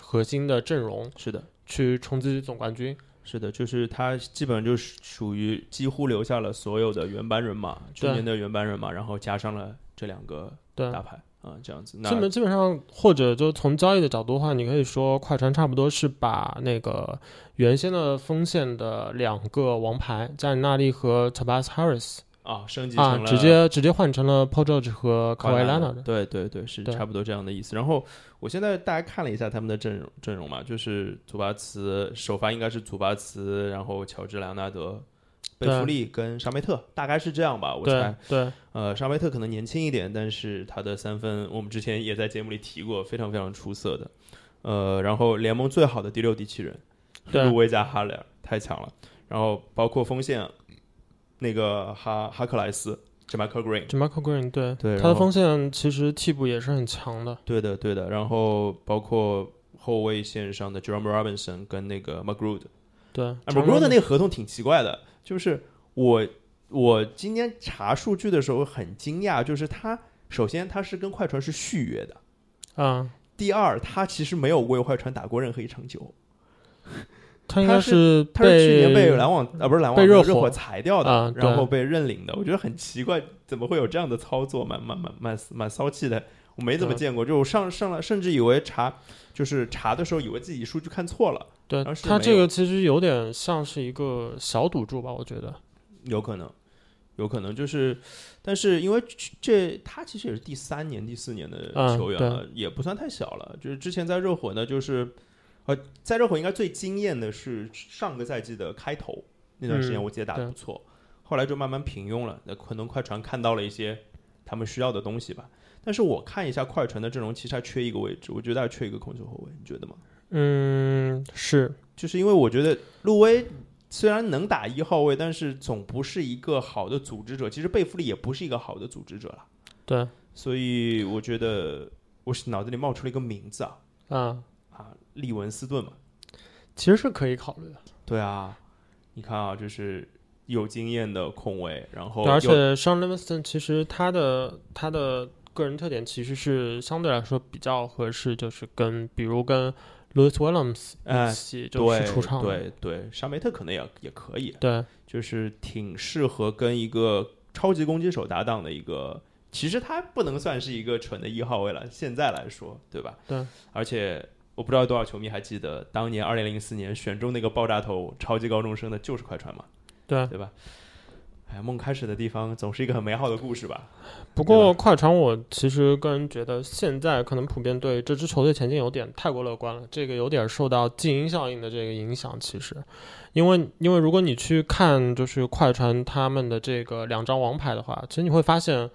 Speaker 3: 核心的阵容
Speaker 1: 是的，
Speaker 3: 去冲击总冠军。
Speaker 1: 是的，就是他基本上就是属于几乎留下了所有的原班人马，去
Speaker 3: 对
Speaker 1: 年的原班人马，然后加上了这两个
Speaker 3: 对，
Speaker 1: 大牌啊、这样子。那
Speaker 3: 基本基本上，或者就从交易的角度的话，你可以说快船差不多是把那个原先的锋线的两个王牌加里纳利和 Tobias Harris
Speaker 1: 啊，升级成
Speaker 3: 啊
Speaker 1: 了、，
Speaker 3: 直接直接换成了 Paul George 和 Kawhi l e n a
Speaker 1: 对对对，是
Speaker 3: 对
Speaker 1: 差不多这样的意思。然后我现在大家看了一下他们的阵容阵容嘛，就是祖巴茨首发应该是祖巴茨，然后乔治·莱昂纳德、贝
Speaker 3: 对啊
Speaker 1: 弗利跟沙梅特，大概是这样吧，我
Speaker 3: 对
Speaker 1: 猜。
Speaker 3: 对
Speaker 1: 呃，沙梅特可能年轻一点，但是他的三分我们之前也在节目里提过，非常非常出色的。呃，然后联盟最好的第六、第七人，
Speaker 3: 对
Speaker 1: 路威加哈雷尔太强了。然后包括锋线，那个哈哈克莱斯、j a m a c a Green，
Speaker 3: ，Jamal Green 对
Speaker 1: 对然
Speaker 3: 他
Speaker 1: 后
Speaker 3: 的锋线其实替补也是很强的，
Speaker 1: 对的，对的。然后包括后卫线上的 Jerome Robinson 跟那个 McGrood。
Speaker 3: 对
Speaker 1: m c g r o o 的那
Speaker 3: 那
Speaker 1: 个合同挺奇怪的，就是我我今天查数据的时候很惊讶，就是他首先他是跟快船是续约的，
Speaker 3: 啊，
Speaker 1: 第二他其实没有为快船打过任何一场球，
Speaker 3: 他应该
Speaker 1: 他
Speaker 3: 是
Speaker 1: 他是去年被
Speaker 3: 被
Speaker 1: 篮网啊不是篮网
Speaker 3: 被
Speaker 1: 热
Speaker 3: 热火
Speaker 1: 火裁掉的，
Speaker 3: 啊对
Speaker 1: 然后被认领的，我觉得很奇怪，怎么会有这样的操作？蛮蛮蛮蛮蛮骚气的，我没怎么
Speaker 3: 对
Speaker 1: 见过，就我上上来甚至以为查就是查的时候以为自己数据看错了，
Speaker 3: 对
Speaker 1: 当时
Speaker 3: 他
Speaker 1: 没
Speaker 3: 这
Speaker 1: 有
Speaker 3: 个其实有点像是一个小赌注吧，我觉得。
Speaker 1: 嗯有可能，有可能就是，但是因为这这他其实也是第三年、第四年的
Speaker 3: 嗯
Speaker 1: 球员了，也不算太小了。就是之前在热火呢，就是呃，在热火应该最惊艳的是上个赛季的开头那段时间，
Speaker 3: 嗯
Speaker 1: 我记得打的
Speaker 3: 对
Speaker 1: 不错，后来就慢慢平庸了。那可能快船看到了一些他们需要的东西吧。但是我看一下快船的阵容，其实还缺一个位置，我觉得还缺一个控球后卫，你觉得吗？
Speaker 3: 嗯，是
Speaker 1: 就是因为我觉得路威虽然能打一号位，但是总不是一个好的组织者。其实贝弗利也不是一个好的组织者了，
Speaker 3: 对啊、
Speaker 1: 所以我觉得我是脑子里冒出了一个名字啊啊，利文斯顿嘛。
Speaker 3: 其实是可以考虑的。
Speaker 1: 对啊，你看啊，就是有经验的控卫，然后
Speaker 3: 对，而
Speaker 1: 又
Speaker 3: 且 Sean Livingston 其实他的他的个人特点其实是相对来说比较合适，就是跟比如跟 Louis Williams
Speaker 1: 哎
Speaker 3: 一起就是
Speaker 1: 对
Speaker 3: 出场的、
Speaker 1: 对对，沙梅特可能也也可以，
Speaker 3: 对
Speaker 1: 就是挺适合跟一个超级攻击手搭档的一个。其实他不能算是一个蠢的一号位了，现在来说，对吧？
Speaker 3: 对。
Speaker 1: 而且我不知道有多少球迷还记得，当年二零零四年选中那个爆炸头超级高中生的就是快船嘛，
Speaker 3: 对
Speaker 1: 对吧？哎，梦开始的地方总是一个很美好的故事吧？
Speaker 3: 不过快船，我其实个人觉得现在可能普遍对这支球队前景有点太过乐观了，这个有点受到静音效应的这个影响。其实，因为因为如果你去看就是快船他们的这个两张王牌的话，其实你会发现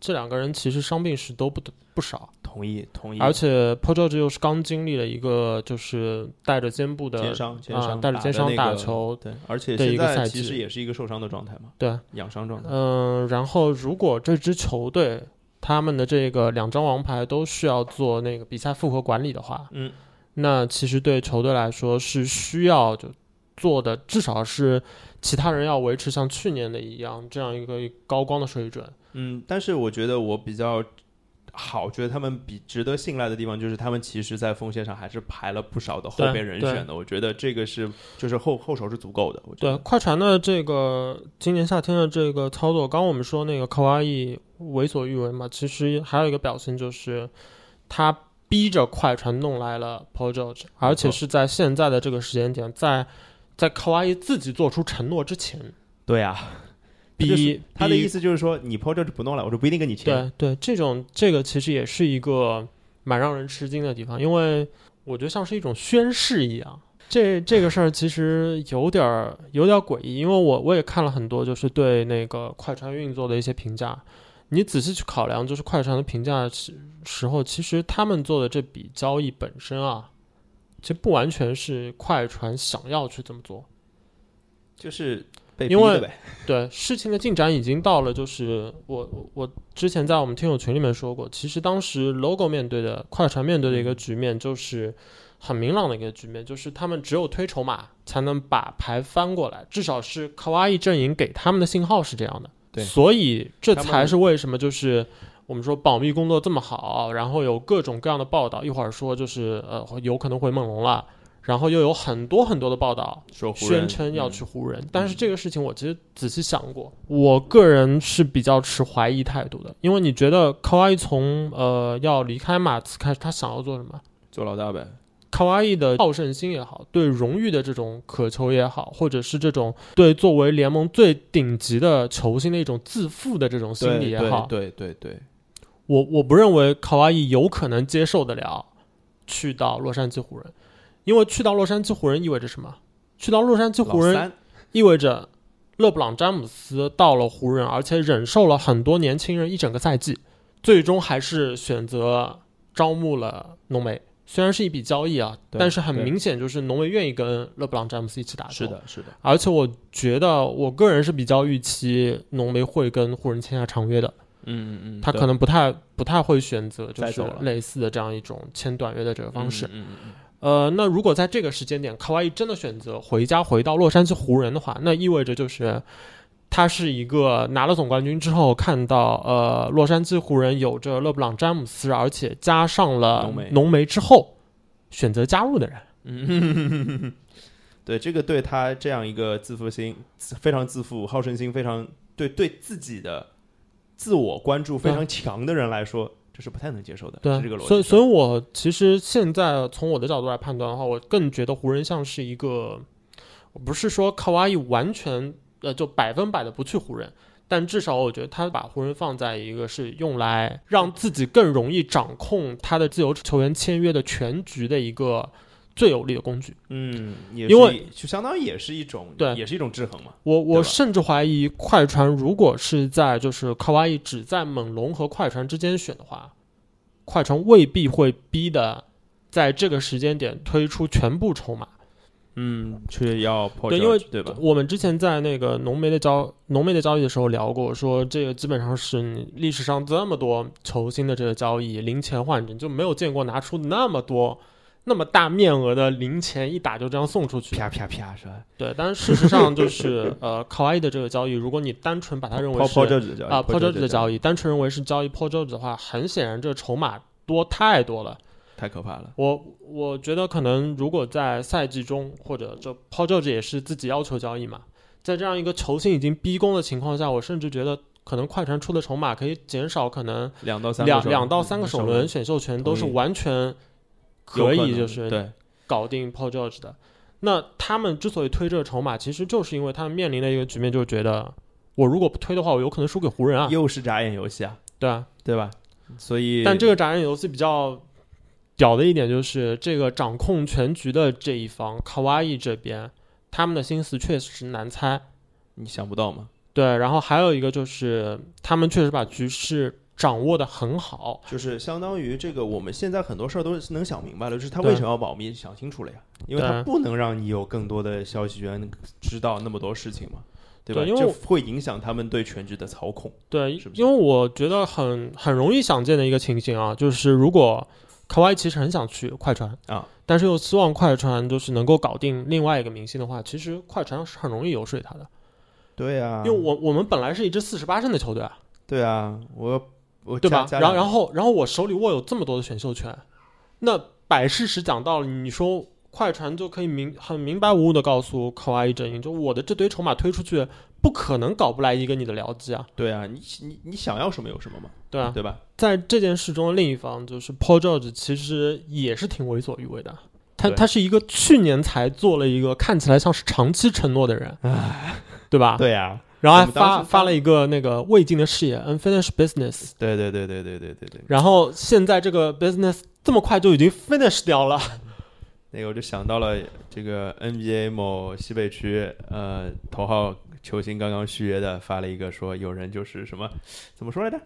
Speaker 3: 这两个人其实伤病是都不不少，
Speaker 1: 同意，同意。
Speaker 3: 而且 p o j o 又是刚经历了一个就是带着肩部的
Speaker 1: 肩伤，肩
Speaker 3: 啊
Speaker 1: 伤，
Speaker 3: 带着肩伤
Speaker 1: 打的那
Speaker 3: 打
Speaker 1: 个，
Speaker 3: 球，
Speaker 1: 对，而且
Speaker 3: 的
Speaker 1: 现
Speaker 3: 一个
Speaker 1: 在
Speaker 3: 赛
Speaker 1: 其
Speaker 3: 季
Speaker 1: 实也是一个受伤的状态嘛，呃
Speaker 3: 对，
Speaker 1: 养伤状态。
Speaker 3: 嗯，然后如果这支球队他们的这个两张王牌都需要做那个比赛复合管理的话，
Speaker 1: 嗯，
Speaker 3: 那其实对球队来说是需要就做的，至少是其他人要维持像去年的一样这样一个高光的水准。
Speaker 1: 嗯，但是我觉得我比较好，觉得他们比值得信赖的地方就是他们其实，在锋线上还是排了不少的后边人选的。我觉得这个是就是后后手是足够的。我觉
Speaker 3: 对
Speaker 1: 得
Speaker 3: 快船的这个今年夏天的这个操作，刚刚我们说那个卡哇伊为所欲为嘛，其实还有一个表现就是他逼着快船弄来了 Paul George，而且是在现在的这个时间点，在在卡哇伊自己做出承诺之前，
Speaker 1: 对啊，就是
Speaker 3: 逼
Speaker 1: 他的
Speaker 3: 逼
Speaker 1: 意思就是说，你 project 不弄了，我就不一定跟你签。
Speaker 3: 对对，这种这个其实也是一个蛮让人吃惊的地方，因为我觉得像是一种宣誓一样。这这个事儿其实有点儿有点儿诡异，因为我我也看了很多就是对那个快船运作的一些评价，你仔细去考量就是快船的评价时时候，其实他们做的这笔交易本身啊，其实不完全是快船想要去这么做，
Speaker 1: 就是被逼
Speaker 3: 因为
Speaker 1: 的呗。
Speaker 3: 对事情的进展已经到了，就是我我我之前在我们听友群里面说过，其实当时 logo 面对的快船面对的一
Speaker 1: 嗯
Speaker 3: 个局面，就是很明朗的一个局面，就是他们只有推筹码才能把牌翻过来，至少是卡哇伊阵营给他们的信号是这样的。
Speaker 1: 对
Speaker 3: 所以这
Speaker 1: 他们
Speaker 3: 才是为什么就是。我们说保密工作这么好，然后有各种各样的报道，一会儿说就是呃有可能回猛龙了，然后又有很多很多的报道，
Speaker 1: 说湖人
Speaker 3: 宣称要
Speaker 1: 嗯
Speaker 3: 去湖人，但是这个事情我其实仔细想过，我个人是比较持怀疑态度的，因为你觉得卡哇伊从呃要离开马刺开始，他想要做什么？
Speaker 1: 嗯做老大呗。
Speaker 3: 卡哇伊的好胜心也好，对荣誉的这种渴求也好，或者是这种对作为联盟最顶级的球星的一种自负的这种心理也好，
Speaker 1: 对对对对，
Speaker 3: 我我不认为卡哇伊有可能接受得了去到洛杉矶湖人，因为去到洛杉矶湖人意味着什么？去到洛杉矶湖人
Speaker 1: 老三
Speaker 3: 意味着勒布朗詹姆斯到了湖人，而且忍受了很多年轻人一整个赛季，最终还是选择招募了浓眉。虽然是一笔交易啊，
Speaker 1: 对
Speaker 3: 但是很
Speaker 1: 对
Speaker 3: 明显就是浓眉愿意跟勒布朗詹姆斯一起打球。
Speaker 1: 是，的，是的，
Speaker 3: 而且我觉得我个人是比较预期浓眉会跟湖人签下长约的，
Speaker 1: 嗯嗯嗯，
Speaker 3: 他可能不太不太会选择就
Speaker 1: 再
Speaker 3: 是
Speaker 1: 走了
Speaker 3: 类似的这样一种签短约的这个方式。
Speaker 1: 嗯嗯嗯
Speaker 3: 呃，那如果在这个时间点，卡哇伊真的选择回家回到洛杉矶湖人的话，那意味着就是他是一个拿了总冠军之后，看到呃洛杉矶湖人有着勒布朗詹姆斯，而且加上了
Speaker 1: 浓眉
Speaker 3: 浓眉之后，选择加入的人。
Speaker 1: 对，这个对他这样一个自负心自非常自负、好胜心非常对对自己的自我关注非常强的人来说，这是不太能接受的，
Speaker 3: 嗯对，啊
Speaker 1: 是这个逻辑。
Speaker 3: 所以，所以我其实现在从我的角度来判断的话，我更觉得湖人像是一个，我不是说卡哇伊完全呃就百分百的不去湖人，但至少我觉得他把湖人放在一个是用来让自己更容易掌控他的自由球员签约的全局的一个最有力的工具。
Speaker 1: 嗯，也
Speaker 3: 因为
Speaker 1: 是一就相当于也是一种
Speaker 3: 对
Speaker 1: 也是一种制衡嘛。
Speaker 3: 我
Speaker 1: 对
Speaker 3: 我
Speaker 1: 吧
Speaker 3: 甚至怀疑，快船如果是在就是卡哇伊只在猛龙和快船之间选的话，快船未必会逼的在这个时间点推出全部筹码。
Speaker 1: 嗯，却要破
Speaker 3: 对因为
Speaker 1: 对吧？
Speaker 3: 我们之前在那个浓眉的交浓眉的交易的时候聊过，说这个基本上是你历史上这么多球星的这个交易零钱换人，就没有见过拿出那么多那么大面额的零钱一打就这样送出去。
Speaker 1: 啪啪啪是吧？
Speaker 3: 对，但是事实上就是呃，卡哇伊的这个交易，如果你单纯把它认为
Speaker 1: 抛
Speaker 3: 是
Speaker 1: 抛这子的交易
Speaker 3: 啊 p o
Speaker 1: 这
Speaker 3: j
Speaker 1: 子
Speaker 3: 的交
Speaker 1: 易
Speaker 3: 易，单纯认为是交易 p o j 的话，很显然这个筹码多太多了。
Speaker 1: 太可怕了。
Speaker 3: 我我觉得可能如果在赛季中或者这 p o j 也是自己要求交易嘛，在这样一个球星已经逼宫的情况下，我甚至觉得可能快船出的筹码可以减少，可能
Speaker 1: 两到三个
Speaker 3: 两
Speaker 1: 手
Speaker 3: 两到三个首轮
Speaker 1: 嗯
Speaker 3: 选秀权都是
Speaker 1: 同意
Speaker 3: 完全
Speaker 1: 有
Speaker 3: 可以
Speaker 1: 能
Speaker 3: 就是
Speaker 1: 对
Speaker 3: 搞定 Paul George 的。那他们之所以推这个筹码，其实就是因为他们面临的一个局面，就是觉得我如果不推的话，我有可能输给湖人啊，
Speaker 1: 又是眨眼游戏啊，
Speaker 3: 对啊。
Speaker 1: 对吧？所以
Speaker 3: 但这个炸人游戏比较屌的一点就是，这个掌控全局的这一方卡哇伊这边，他们的心思确实难猜。
Speaker 1: 你想不到嘛？
Speaker 3: 对，然后还有一个就是，他们确实把局势掌握的很好。
Speaker 1: 就是相当于这个，我们现在很多事儿都是能想明白了，就是他
Speaker 3: 对
Speaker 1: 为什么要保密，想清楚了呀，因为
Speaker 3: 对
Speaker 1: 他不能让你有更多的消息源知道那么多事情嘛，对吧？
Speaker 3: 对因为
Speaker 1: 这
Speaker 3: 我
Speaker 1: 会影响他们对全局的操控。
Speaker 3: 对，
Speaker 1: 是不是
Speaker 3: 因为我觉得很很容易想见的一个情形啊，就是如果卡哇伊其实很想去快船
Speaker 1: 啊，
Speaker 3: 但是又希望快船就是能够搞定另外一个明星的话，其实快船是很容易游说他的，
Speaker 1: 对啊
Speaker 3: 因为我我们本来是一支四十八胜的球队啊。
Speaker 1: 对啊，我我
Speaker 3: 对吧
Speaker 1: 加？加
Speaker 3: 然后
Speaker 1: 两
Speaker 3: 然后然后我手里握有这么多的选秀权，那摆事实讲道理，你说快船就可以明很明白无误的告诉考哇伊阵营，就我的这堆筹码推出去，不可能搞不来一个你的僚机啊，
Speaker 1: 对啊，你你你想要什么有什么嘛，
Speaker 3: 对啊。
Speaker 1: 对吧？
Speaker 3: 在这件事中，另一方就是 Paul George 其实也是挺为所欲为的。他
Speaker 1: 对
Speaker 3: 他是一个去年才做了一个看起来像是长期承诺的人，对吧？
Speaker 1: 对啊，
Speaker 3: 然后还
Speaker 1: 我们当时
Speaker 3: 发
Speaker 1: 当
Speaker 3: 发了一个那个未尽的事业 （unfinished business），
Speaker 1: 对对对对对对对对，
Speaker 3: 然后现在这个 business 这么快就已经 finish 掉了，
Speaker 1: 那个我就想到了这个 NBA 某西北区呃头号球星刚刚续约的发了一个说有人就是什么怎么说来着？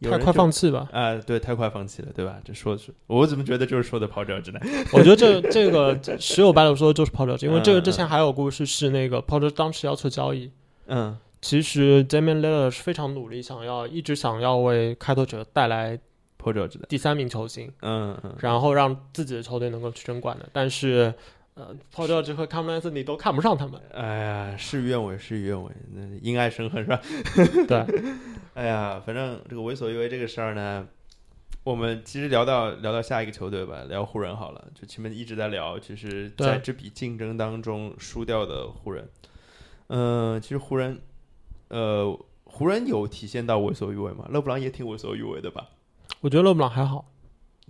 Speaker 1: 有
Speaker 3: 太
Speaker 1: 人
Speaker 3: 快
Speaker 1: 就。
Speaker 3: 放弃 吧
Speaker 1: 啊、对，太快放弃了，对吧？这说的是，我怎么觉得就是说的跑者 之呢？
Speaker 3: 我觉得这这个 这十有八九说的就是抛 o 因为这个之
Speaker 1: 嗯
Speaker 3: 前还有故事是那个抛 o 当时要求交易，
Speaker 1: 嗯，
Speaker 3: 其实 Damian Lillard 是非常努力，想要一直想要为开拓者带来
Speaker 1: 跑者之的，
Speaker 3: 第三名球星，
Speaker 1: 嗯嗯，
Speaker 3: 然后让自己的球队能够去争冠的，但是。呃 p o d g e 和 c a m l a n s 你都看不上他 们，
Speaker 1: 哎呀，事与愿违，事与愿违，那因爱生恨是吧？
Speaker 3: 对，
Speaker 1: 哎呀，反正这个为所欲为这个事儿呢，我们其实聊到聊到下一个球队吧，聊湖人好了。就前面一直在聊，其实
Speaker 3: 对
Speaker 1: 在这笔竞争当中输掉的湖人，嗯、其实湖人，呃，湖人有体现到为所欲为吗？勒布朗也挺为所欲为的吧？我
Speaker 3: 我觉得勒布朗还好，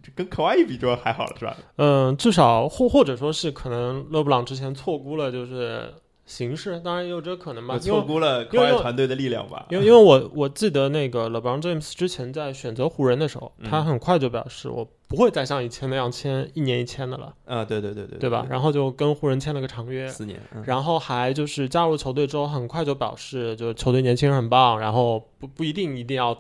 Speaker 1: 这跟可哇伊比就还好了是吧？
Speaker 3: 嗯，至少或或者说是可能勒布朗之前错估了就是形势，当然也有这可能吧
Speaker 1: 我，
Speaker 3: 因
Speaker 1: 错
Speaker 3: 为
Speaker 1: 估了可
Speaker 3: 因为
Speaker 1: 哇伊
Speaker 3: 因为
Speaker 1: 团队的力量吧？
Speaker 3: 因为因为我我记得那个 LeBron James 之前在选择湖人的时候，
Speaker 1: 嗯
Speaker 3: 他很快就表示我不会再像以前那样签一年一签的了，
Speaker 1: 啊，对对对对
Speaker 3: 对吧？然后就跟湖人签了个长约，
Speaker 1: 四年，嗯
Speaker 3: 然后还就是加入球队之后，很快就表示就是球队年轻人很棒，然后不不一定一定要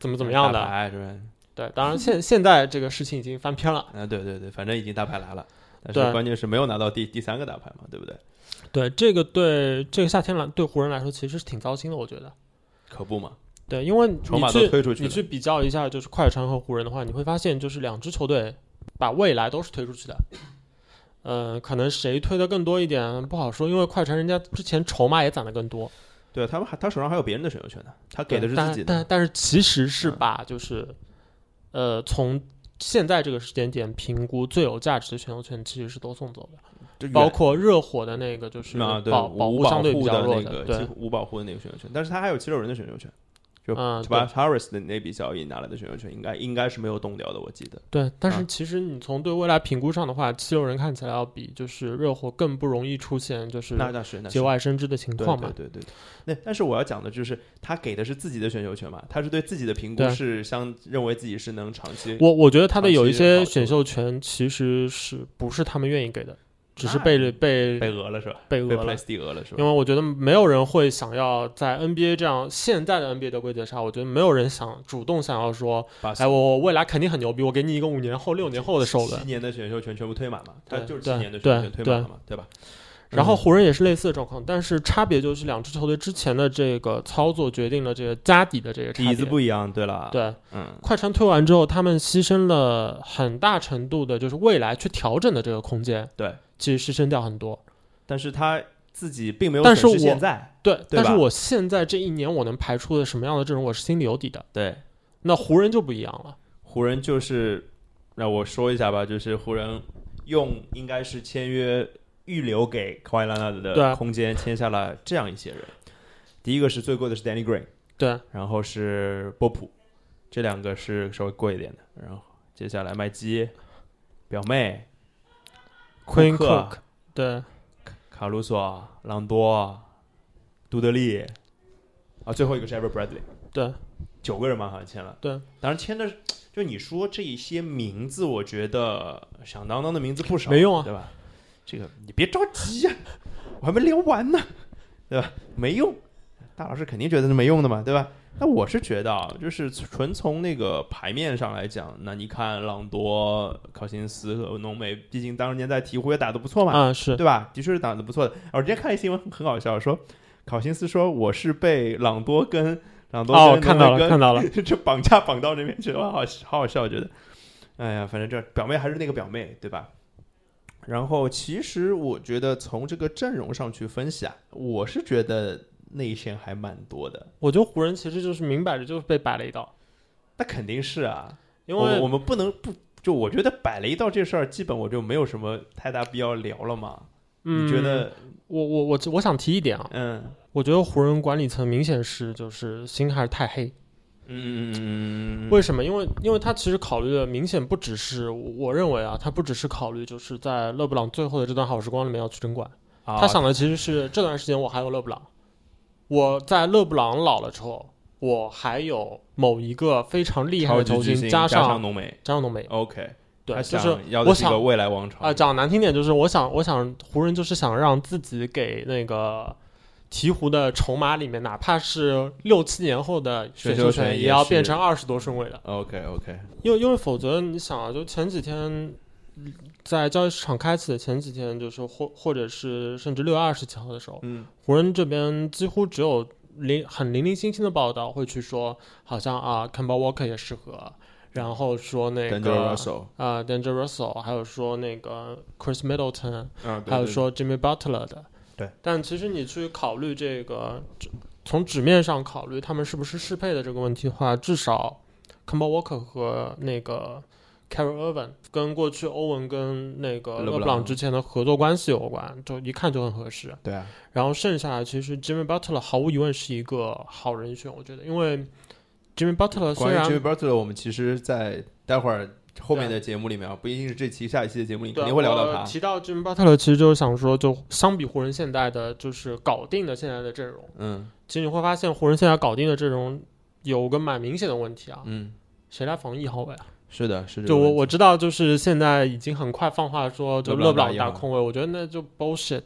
Speaker 3: 怎么怎么样
Speaker 1: 打
Speaker 3: 的。
Speaker 1: 牌是吧？
Speaker 3: 对，当然现现在这个事情已经翻篇了。
Speaker 1: 啊，对对对，反正已经大牌来了，但
Speaker 3: 对
Speaker 1: 是关键是没有拿到第第三个大牌嘛，对不对？
Speaker 3: 对，这个对这个夏天来对湖人来说其实是挺糟心的，我觉得。
Speaker 1: 可不嘛，
Speaker 3: 对，因为
Speaker 1: 筹
Speaker 3: 你
Speaker 1: 码都
Speaker 3: 去
Speaker 1: 推出去
Speaker 3: 你
Speaker 1: 了，
Speaker 3: 去比较一下，就是快船和湖人的话，你会发现就是两支球队把未来都是推出去的。呃，可能谁推的更多一点不好说，因为快船人家之前筹码也攒的更多，
Speaker 1: 对他们还他手上还有别人的选秀权呢，他给的是
Speaker 3: 对
Speaker 1: 自己
Speaker 3: 但
Speaker 1: 的嗯
Speaker 3: 但，但是其实是把就是、呃从现在这个时间点评估最有价值的选秀权其实是都送走了，
Speaker 1: 这远
Speaker 3: 包括热火的那个就是
Speaker 1: 啊，对
Speaker 3: 保
Speaker 1: 无
Speaker 3: 护相对比
Speaker 1: 护
Speaker 3: 较
Speaker 1: 的那
Speaker 3: 弱
Speaker 1: 个几
Speaker 3: 对，
Speaker 1: 乎无保护的那个选秀权，但是他还有七六人的选秀权。就
Speaker 3: 嗯
Speaker 1: t b a Harris 的那笔交易拿来的选秀权，应该应该是没有动掉的，我记得。
Speaker 3: 对，但
Speaker 1: 啊
Speaker 3: 是其实你从对未来评估上的话，七六人看起来要比就是热火更不容易出现就是
Speaker 1: 那那是那是
Speaker 3: 节外生枝的情
Speaker 1: 对
Speaker 3: 况嘛。
Speaker 1: 对对对对。那但是我要讲的就是，他给的是自己的选秀权嘛，他是对自己的评估
Speaker 3: 对
Speaker 1: 是相认为自己是能长期。
Speaker 3: 我我觉得他的有一
Speaker 1: 长期的好
Speaker 3: 些
Speaker 1: 处
Speaker 3: 选秀权其实是不是他们愿意给的，只是
Speaker 1: 那
Speaker 3: 被被
Speaker 1: 啊被讹了是吧？
Speaker 3: 被
Speaker 1: 被 p
Speaker 3: 讹
Speaker 1: l a
Speaker 3: 了。
Speaker 1: s 讹了是吧
Speaker 3: 因？为我觉得没有人会想要在 NBA 这样现在的 NBA 的规则下，我觉得没有人想主动想要说，
Speaker 1: 把
Speaker 3: 哎，我我未来肯定很牛逼，我给你一个五年后、
Speaker 1: 嗯
Speaker 3: 六年后的首轮
Speaker 1: 七。年的选秀权全部推满嘛，他
Speaker 3: 对
Speaker 1: 就是七
Speaker 3: 对
Speaker 1: 年的选秀权推
Speaker 3: 对
Speaker 1: 满了嘛，对吧？
Speaker 3: 然后
Speaker 1: 嗯
Speaker 3: 湖人也是类似的状况，但是差别就是两支球队之前的这个操作决定了这个家底的这个差别。
Speaker 1: 底子不一样，对了，，
Speaker 3: 对，啊
Speaker 1: 嗯，
Speaker 3: 快船推完之后，他们牺牲了很大程度的，就是未来去调整的这个空间，
Speaker 1: 对，
Speaker 3: 其实牺牲掉很多。
Speaker 1: 但是他自己并没有
Speaker 3: 但
Speaker 1: 损
Speaker 3: 是
Speaker 1: 失
Speaker 3: 我
Speaker 1: 现在，
Speaker 3: 对，
Speaker 1: 对吧
Speaker 3: 但是我现在这一年我能排出的什么样的阵容，我是心里有底的。
Speaker 1: 对，
Speaker 3: 那湖人就不一样了，
Speaker 1: 湖人就是，那我说一下吧，就是湖人用应该是签约预留给 k a w h i l e n a 的
Speaker 3: 对
Speaker 1: 空间签下了这样一些人，第一个是最贵的是 Danny Green，
Speaker 3: 对，
Speaker 1: 然后是波普，这两个是稍微贵一点的，然后接下来麦基、表妹、
Speaker 3: Queen
Speaker 1: 库克
Speaker 3: Cook，对，
Speaker 1: 卡鲁索、啊朗多、杜德利，啊，最后一个是 Ever Bradley，
Speaker 3: 对，
Speaker 1: 九个人嘛，好像签了。
Speaker 3: 对，
Speaker 1: 当然签的是，就你说这一些名字，我觉得响当当的名字不少，
Speaker 3: 没用啊
Speaker 1: 对吧？这个你别着急呀、 我还没聊完呢，对吧？没用，大老师肯定觉得是没用的嘛，对吧？那我是觉得啊，就是纯从那个牌面上来讲，那你看朗多、考辛斯、和浓眉，毕竟当年在鹈鹕也打得不错嘛，
Speaker 3: 啊、是，
Speaker 1: 对吧？的确是打得不错的。啊我之前看一新闻很很搞笑，说考辛斯说我是被朗多跟朗多
Speaker 3: 哦，
Speaker 1: 跟
Speaker 3: 看
Speaker 1: 浓
Speaker 3: 到
Speaker 1: 眉
Speaker 3: 了，
Speaker 1: 跟
Speaker 3: 看到了，
Speaker 1: 这绑架绑到那边去了，哇好好好笑，我觉得。哎呀，反正这表妹还是那个表妹，对吧？然后其实我觉得从这个阵容上去分析啊，我是觉得内线还蛮多的。
Speaker 3: 我觉得湖人其实就是明摆着就是被摆了一道，
Speaker 1: 那肯定是啊，
Speaker 3: 因
Speaker 1: 我
Speaker 3: 为
Speaker 1: 我们不能不就我觉得摆了一道这事儿，基本我就没有什么太大必要聊了嘛。
Speaker 3: 嗯
Speaker 1: 你觉得？
Speaker 3: 我我我我想提一点啊，
Speaker 1: 嗯
Speaker 3: 我觉得湖人管理层明显是就是心还是太黑。
Speaker 1: 嗯嗯嗯嗯嗯嗯
Speaker 3: 为什么？因为因为他其实考虑的明显不只是我认为啊，他不只是考虑就是在勒布朗最后的这段好时光里面要去争冠，
Speaker 1: 啊，
Speaker 3: 他想的其实是这段时间我还有勒布朗，我在勒布朗老了之后，我还有某一个非常厉害
Speaker 1: 超
Speaker 3: 的
Speaker 1: 级
Speaker 3: 球
Speaker 1: 巨
Speaker 3: 星，
Speaker 1: 星
Speaker 3: 加
Speaker 1: 上
Speaker 3: 上
Speaker 1: 浓眉
Speaker 3: 加上浓眉，
Speaker 1: ，OK，
Speaker 3: 对，
Speaker 1: 他
Speaker 3: 就
Speaker 1: 想
Speaker 3: 是
Speaker 1: 要的
Speaker 3: 我
Speaker 1: 是一个
Speaker 3: 想
Speaker 1: 未来王朝
Speaker 3: 啊、讲难听点就是我想我想湖人就是想让自己给那个。鹈鹕的筹码里面，哪怕是六七年后的选
Speaker 1: 选
Speaker 3: 秀
Speaker 1: 秀权
Speaker 3: 也
Speaker 1: 也
Speaker 3: 要
Speaker 1: 是
Speaker 3: 变成二十多顺位的。
Speaker 1: OK OK，
Speaker 3: 因为因为否则你想啊，就前几天嗯在交易市场开启的前几天，就是或或者是甚至六月二十几号的时候，
Speaker 1: 嗯
Speaker 3: 湖人这边几乎只有零很零零星星的报道会去说，好像啊 c a m b a Walker 也适合，然后说那
Speaker 1: ，Danger
Speaker 3: 个
Speaker 1: Russell，
Speaker 3: 啊 Danger Russell，还有说那个 Chris Middleton，
Speaker 1: 嗯，对
Speaker 3: 还
Speaker 1: 对
Speaker 3: 有说 Jimmy Butler 的。
Speaker 1: 对，
Speaker 3: 但其实你去考虑这个，只从纸面上考虑他们是不是适配的这个问题的话，至少 c a m b a Walker 和那个 c a r r l Irvin 跟过去欧文跟那个
Speaker 1: 勒布
Speaker 3: 勒
Speaker 1: 朗
Speaker 3: 布朗之前的合作关系有关，就一看就很合适。
Speaker 1: 对啊，
Speaker 3: 然后剩下的其实 Jimmy Butler 毫无疑问是一个好人选，我觉得，因为 Jimmy Butler 呃虽
Speaker 1: 关于
Speaker 3: 然
Speaker 1: Jimmy Butler，我们其实，在待会儿后面的节目里面啊，不一定是这期，下一期的节目里肯
Speaker 3: 对，
Speaker 1: 定会聊到
Speaker 3: 我
Speaker 1: 他。
Speaker 3: 提到 Jimmy Butler，其实就是想说，就相比湖人现在的就是搞定的现在的阵容，
Speaker 1: 嗯
Speaker 3: 其实你会发现湖人现在搞定的阵容有个蛮明显的问题啊，
Speaker 1: 嗯，
Speaker 3: 谁来防一号位啊？
Speaker 1: 是的，是的。
Speaker 3: 就我我知道，就是现在已经很快放话说，就
Speaker 1: 勒布
Speaker 3: 勒布
Speaker 1: 朗
Speaker 3: 朗
Speaker 1: 打一
Speaker 3: 打
Speaker 1: 号
Speaker 3: 空位，我觉得那就 bullshit，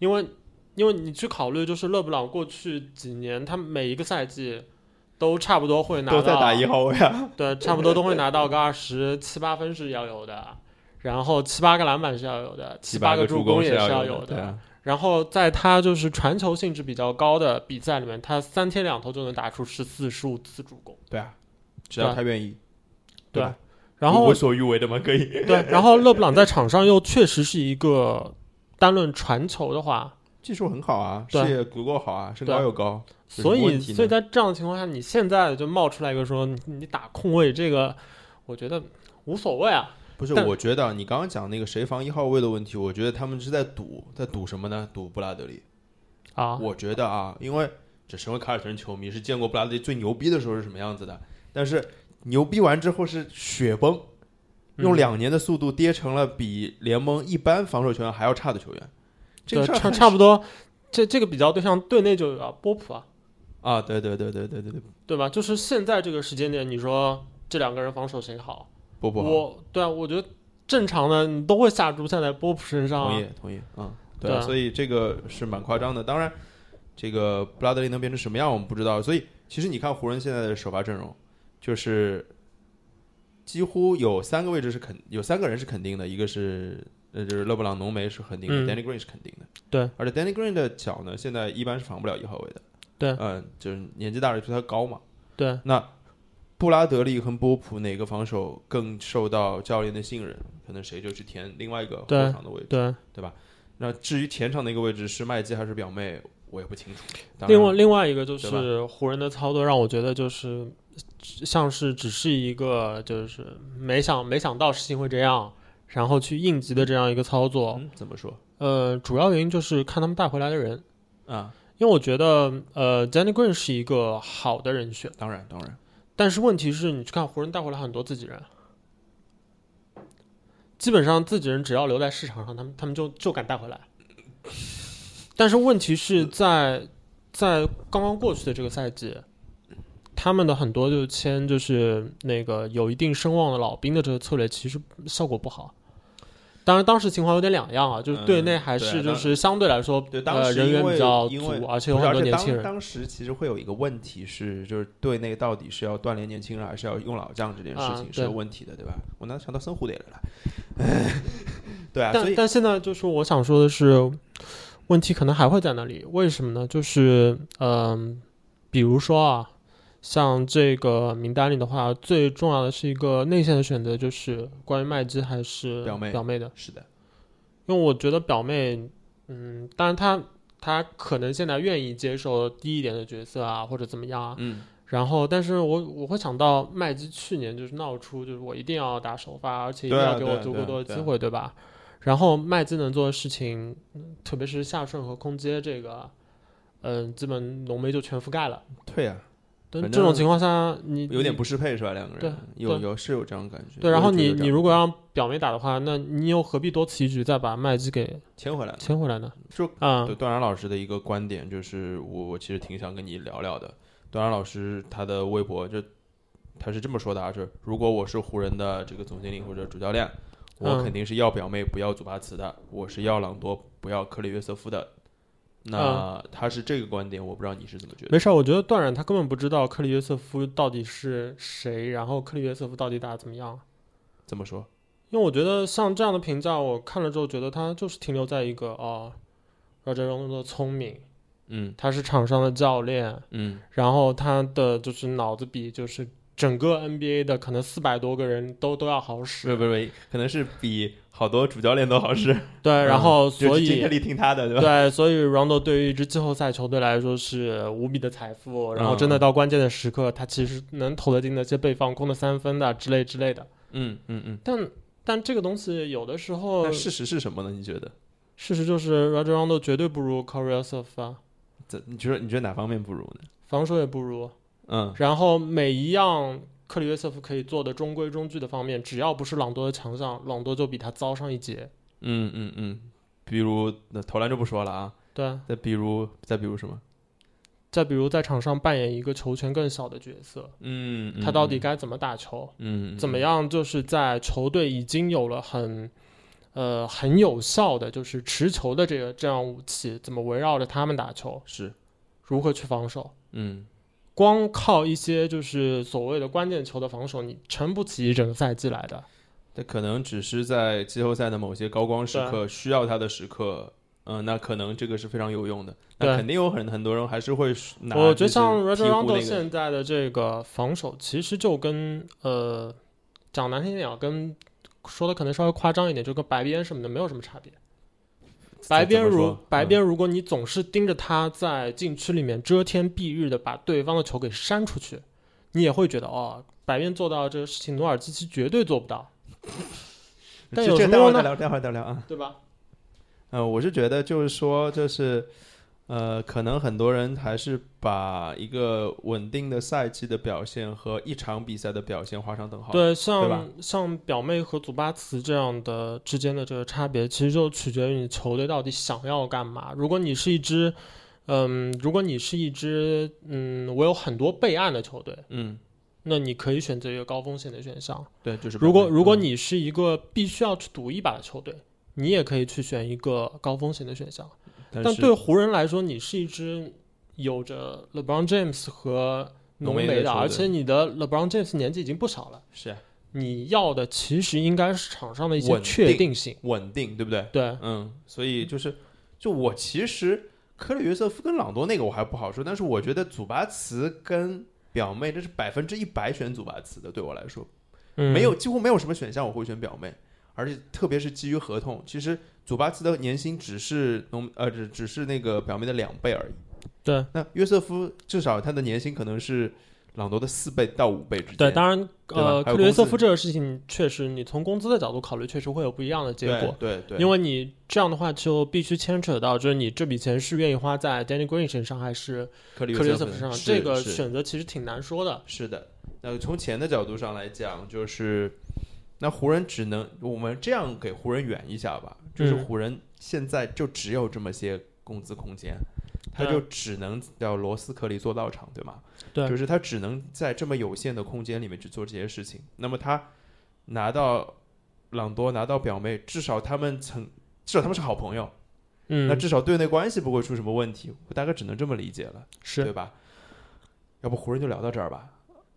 Speaker 3: 因为因为你去考虑，就是勒布朗过去几年，他每一个赛季都差不多会拿
Speaker 1: 都在
Speaker 3: 到
Speaker 1: 打一号位啊，
Speaker 3: 对，差不多都会拿到个二十七八分是要有的，然后七八个篮板是要有的，七八
Speaker 1: 个
Speaker 3: 助
Speaker 1: 攻
Speaker 3: 也
Speaker 1: 是
Speaker 3: 要
Speaker 1: 有对
Speaker 3: 的。
Speaker 1: 啊，
Speaker 3: 然后在他就是传球性质比较高的比赛里面，他三天两头就能打出十四、十五次助攻。
Speaker 1: 对啊，只要
Speaker 3: 对
Speaker 1: 他愿意，
Speaker 3: 对啊
Speaker 1: 吧？
Speaker 3: 然后
Speaker 1: 为所欲为的嘛，可以。
Speaker 3: 对，然后勒布朗在场上又确实是一个单论传球的话，
Speaker 1: 技术很好啊，视
Speaker 3: 对
Speaker 1: 野足够好啊，身高
Speaker 3: 对
Speaker 1: 又高，有什么
Speaker 3: 所以
Speaker 1: 问题呢
Speaker 3: 所以在这样的情况下，你现在就冒出来一个说你你打空位这个，我觉得无所谓啊。
Speaker 1: 不是，
Speaker 3: 但
Speaker 1: 我觉得啊你刚刚讲那个谁防一号位的问题，我觉得他们是在赌，在赌什么呢？赌布拉德利。
Speaker 3: 啊，
Speaker 1: 我觉得啊，因为只身为凯尔特人球迷，是见过布拉德利最牛逼的时候是什么样子的，但是牛逼完之后是雪崩，用
Speaker 3: 嗯
Speaker 1: 两年的速度跌成了比联盟一般防守球员还要差的球员。这
Speaker 3: 对
Speaker 1: 个事儿
Speaker 3: 差
Speaker 1: 很
Speaker 3: 差不多，这这个比较对象队内就有啊波普啊，
Speaker 1: 啊，对对对对对对对，
Speaker 3: 对吧？就是现在这个时间点，你说这两个人防守谁好？
Speaker 1: 波波好，
Speaker 3: 我对啊，我觉得正常的你都会下注下在波普身上啊、
Speaker 1: 同意同意，嗯，对
Speaker 3: 对
Speaker 1: 啊，
Speaker 3: 啊
Speaker 1: 所以这个是蛮夸张的。当然，这个布拉德利能变成什么样我们不知道，所以其实你看湖人现在的首发阵容，就是几乎有三个位置是肯，有三个人是肯定的，一个是呃就是勒布朗、浓眉是肯定的、
Speaker 3: 嗯
Speaker 1: d a n n y Green 是肯定的，
Speaker 3: 对，
Speaker 1: 而且 Danny Green 的脚呢，现在一般是防不了一号位的，
Speaker 3: 对
Speaker 1: 嗯，就是年纪大了，就他高嘛，
Speaker 3: 对，
Speaker 1: 布拉德利和波普哪个防守更受到教练的信任，可能谁就去填另外一个后
Speaker 3: 对
Speaker 1: 场的位置。
Speaker 3: 对，
Speaker 1: 那至于前场那个位置是麦基还是表妹，我也不清楚。当然
Speaker 3: 另外，另外一个就
Speaker 1: 对
Speaker 3: 是湖人的操作让我觉得就是像是只是一个就是没想没想到事情会这样，然后去应急的这样一个操作。
Speaker 1: 嗯，怎么说
Speaker 3: 呃，主要原因就是看他们带回来的人，
Speaker 1: 啊？
Speaker 3: 因为我觉得呃 j a n n y Green 是一个好的人选，
Speaker 1: 当然，当然，
Speaker 3: 但是问题是你去看湖人带回来很多自己人。基本上自己人只要留在市场上，他们他们就就敢带回来。但是问题
Speaker 1: 嗯
Speaker 3: 是在在刚刚过去的这个赛季，他们的很多就签就是那个有一定声望的老兵的这个策略，其实效果不好。当然，当时情况有点两样啊，就是队内还
Speaker 1: 嗯对啊
Speaker 3: 是
Speaker 1: 当
Speaker 3: 就是相对来说，
Speaker 1: 对当
Speaker 3: 呃，
Speaker 1: 时
Speaker 3: 人
Speaker 1: 因
Speaker 3: 员
Speaker 1: 为
Speaker 3: 比较
Speaker 1: 因为
Speaker 3: 足，而且有
Speaker 1: 不是
Speaker 3: 很
Speaker 1: 而
Speaker 3: 多
Speaker 1: 且
Speaker 3: 年轻
Speaker 1: 当
Speaker 3: 人
Speaker 1: 当时其实会有一个问题是，就是队内到底是要锻炼年轻人，还是要用老将这件事
Speaker 3: 啊
Speaker 1: 情
Speaker 3: 对
Speaker 1: 是有问题的，对吧？我能想到森胡德来了， 对啊，所
Speaker 3: 但
Speaker 1: 以
Speaker 3: 但现在就是我想说的是，问题可能还会在那里。为什么呢？就是嗯、比如说啊，像这个名单里的话，最重要的是一个内线的选择，就是关于麦基还是
Speaker 1: 表妹
Speaker 3: 表妹的，
Speaker 1: 是的，
Speaker 3: 因为我觉得表妹，嗯，当然她她可能现在愿意接受低一点的角色啊，或者怎么样啊，
Speaker 1: 嗯，
Speaker 3: 然后，但是我我会想到麦基去年就是闹出，就是我一定要打首发，而且一定
Speaker 1: 对啊
Speaker 3: 要给我
Speaker 1: 对啊
Speaker 3: 足
Speaker 1: 对
Speaker 3: 够
Speaker 1: 啊
Speaker 3: 多的
Speaker 1: 对
Speaker 3: 机
Speaker 1: 啊
Speaker 3: 会，对吧？然后麦基能做的事情，嗯特别是下顺和空接这个，嗯、基本浓眉就全覆盖了。
Speaker 1: 对呀、
Speaker 3: 但
Speaker 1: 反
Speaker 3: 这种
Speaker 1: 正
Speaker 3: 情况下，你
Speaker 1: 有点不适配是吧？两个
Speaker 3: 对
Speaker 1: 人有
Speaker 3: 对
Speaker 1: 有是有这样的感觉。
Speaker 3: 对。然后你你如果
Speaker 1: 要
Speaker 3: 让表妹打的话，那你又何必多此一举再把麦基给
Speaker 1: 牵回来，
Speaker 3: 牵回来呢？
Speaker 1: 就
Speaker 3: 啊、
Speaker 1: 对段然老师的一个观点，就是我我其实挺想跟你聊聊的。段然老师他的微博就他是这么说的啊，就是如果我是湖人的这个总经理或者主教练，我
Speaker 3: 嗯
Speaker 1: 肯定是要表妹不要祖巴茨的，我是要朗多不要克里约瑟夫的。那他是这个观点，我不知道你是怎么觉得。
Speaker 3: 嗯没事儿，我觉得段冉他根本不知道克里约瑟夫到底是谁，然后克里约瑟夫到底打得怎么样。
Speaker 1: 怎么说？
Speaker 3: 因为我觉得像这样的评价，我看了之后觉得他就是停留在一个啊，饶哲荣的聪明，
Speaker 1: 嗯
Speaker 3: 他是场上的教练，
Speaker 1: 嗯
Speaker 3: 然后他的就是脑子比就是整个 NBA 的可能四百多个人都都要好
Speaker 1: 不是
Speaker 3: 使，
Speaker 1: 不是不是，可能是比好多主教练都好使，
Speaker 3: 对，然后
Speaker 1: 嗯就
Speaker 3: 所
Speaker 1: 是尽
Speaker 3: 以
Speaker 1: 全力听他的，对吧？
Speaker 3: 对，所以 Rondo 对于一支季后赛球队来说是无比的财富，然后
Speaker 1: 嗯
Speaker 3: 真的到关键的时刻，他其实能投得进那些被放空的三分的之类之类的。
Speaker 1: 嗯嗯嗯。
Speaker 3: 但但这个东西有的时候
Speaker 1: 那，事实是什么呢？你觉得？
Speaker 3: 事实就是 Roger Rondo 绝对不如 c o r y o s e f 啊，
Speaker 1: 怎你觉得你觉得哪方面不如呢？
Speaker 3: 防守也不如，
Speaker 1: 嗯
Speaker 3: 然后每一样。克里约瑟夫可以做的中规中矩的方面，只要不是朗多的强项，朗多就比他糟上一截。
Speaker 1: 嗯嗯嗯，比如那投篮就不说了啊，
Speaker 3: 对，
Speaker 1: 再比如再比如什么？
Speaker 3: 再比如在场上扮演一个球权更小的角色，
Speaker 1: 嗯，嗯
Speaker 3: 他到底该怎么打球？
Speaker 1: 嗯嗯
Speaker 3: 怎么？样，就是在球队已经有了很，呃，很有效的就是持球的这个这样武器，怎么围绕着他们打球，
Speaker 1: 是
Speaker 3: 如何去防守？
Speaker 1: 嗯
Speaker 3: 光靠一些就是所谓的关键球的防守，你撑不起一整个赛季来的。
Speaker 1: 他可能只是在季后赛的某些高光时刻需要他的时刻，嗯、那可能这个是非常有用的。那
Speaker 3: 对
Speaker 1: 肯定有很很多人还是会拿
Speaker 3: 我
Speaker 1: 就
Speaker 3: 觉
Speaker 1: 是
Speaker 3: 得像 r o
Speaker 1: 踢
Speaker 3: g e r
Speaker 1: 乎
Speaker 3: Rondo
Speaker 1: 那个
Speaker 3: 现在的这个防守，其实就跟呃，讲难听点啊，跟说的可能稍微夸张一点，就跟白边什么的没有什么差别。白边
Speaker 1: 怎么
Speaker 3: 如
Speaker 1: 说嗯
Speaker 3: 白边，如果你总是盯着他在禁区里面遮天蔽日的把对方的球给扇出去，你也会觉得哦，白边做到这个事情，努尔基奇绝对做不到，
Speaker 1: 嗯
Speaker 3: 但
Speaker 1: 这
Speaker 3: 有
Speaker 1: 这
Speaker 3: 什么
Speaker 1: 待会儿再
Speaker 3: 用呢
Speaker 1: 聊，待会儿再聊啊。
Speaker 3: 对吧？
Speaker 1: 呃，我是觉得就是说，就是呃，可能很多人还是把一个稳定的赛季的表现和一场比赛的表现画上等号。，
Speaker 3: 对，
Speaker 1: 吧
Speaker 3: 像像表妹和祖巴茨这样的之间的这个差别，其实就取决于你球队到底想要干嘛。如果你是一支，嗯，如果你是一支，嗯，我有很多备案的球队，
Speaker 1: 嗯，
Speaker 3: 那你可以选择一个高风险的选项。
Speaker 1: 对，就是嗯
Speaker 3: 如果
Speaker 1: 本来
Speaker 3: 如果你是一个必须要去赌一把的球队，你也可以去选一个高风险的选项。
Speaker 1: 嗯但
Speaker 3: 但
Speaker 1: 是
Speaker 3: 对湖人来说，你是一支有着 LeBron James 和
Speaker 1: 浓
Speaker 3: 浓
Speaker 1: 眉
Speaker 3: 眉
Speaker 1: 的
Speaker 3: 的，
Speaker 1: 球队
Speaker 3: 而且你的 LeBron James 年纪已经不小了，
Speaker 1: 是啊
Speaker 3: 你要的其实应该是场上的一些
Speaker 1: 稳定
Speaker 3: 确定性。
Speaker 1: 稳定，对不对？
Speaker 3: 对，
Speaker 1: 嗯，所以就是就我其实科里约瑟夫跟朗多那个我还不好说，但是我觉得祖巴茨跟表妹这是百分之一百选祖巴茨的，对我来说。
Speaker 3: 嗯、
Speaker 1: 没有几乎没有什么选项我会选表妹，而且特别是基于合同，其实祖巴茨的年薪只是农呃只只是那个表妹的两倍而已。
Speaker 3: 对
Speaker 1: 那约瑟夫至少他的年薪可能是朗多的四倍到五倍之间。
Speaker 3: 对，当然，
Speaker 1: 对吧
Speaker 3: 呃，
Speaker 1: 还
Speaker 3: 克
Speaker 1: 有
Speaker 3: 里约瑟
Speaker 1: 工
Speaker 3: 夫
Speaker 1: 资
Speaker 3: 这个事情确实，你从工资的角度考虑，确实会有不一样的结果。
Speaker 1: 对对对，
Speaker 3: 因
Speaker 1: 为
Speaker 3: 为你这样的话就必须牵扯到，就是你这笔钱是愿意花在 Danny Green 身上，还是
Speaker 1: 克里
Speaker 3: 克里
Speaker 1: 约
Speaker 3: 约瑟夫
Speaker 1: 夫
Speaker 3: 身上，
Speaker 1: 是
Speaker 3: 这个
Speaker 1: 是
Speaker 3: 选择其实挺难说的。
Speaker 1: 是的。那从钱的角度上来讲，就是那湖人只能我们这样给湖人圆一下吧，就是
Speaker 3: 嗯
Speaker 1: 湖人现在就只有这么些工资空间，他就只能叫罗斯科里做道场，对吗？
Speaker 3: 对
Speaker 1: 就是他只能在这么有限的空间里面去做这些事情。那么他拿到朗多，拿到表妹，至少他们曾，至少他们是好朋友，
Speaker 3: 嗯，
Speaker 1: 那至少队内关系不会出什么问题。我大概只能这么理解了，对
Speaker 3: 是
Speaker 1: 吧？要不湖人就聊到这儿吧，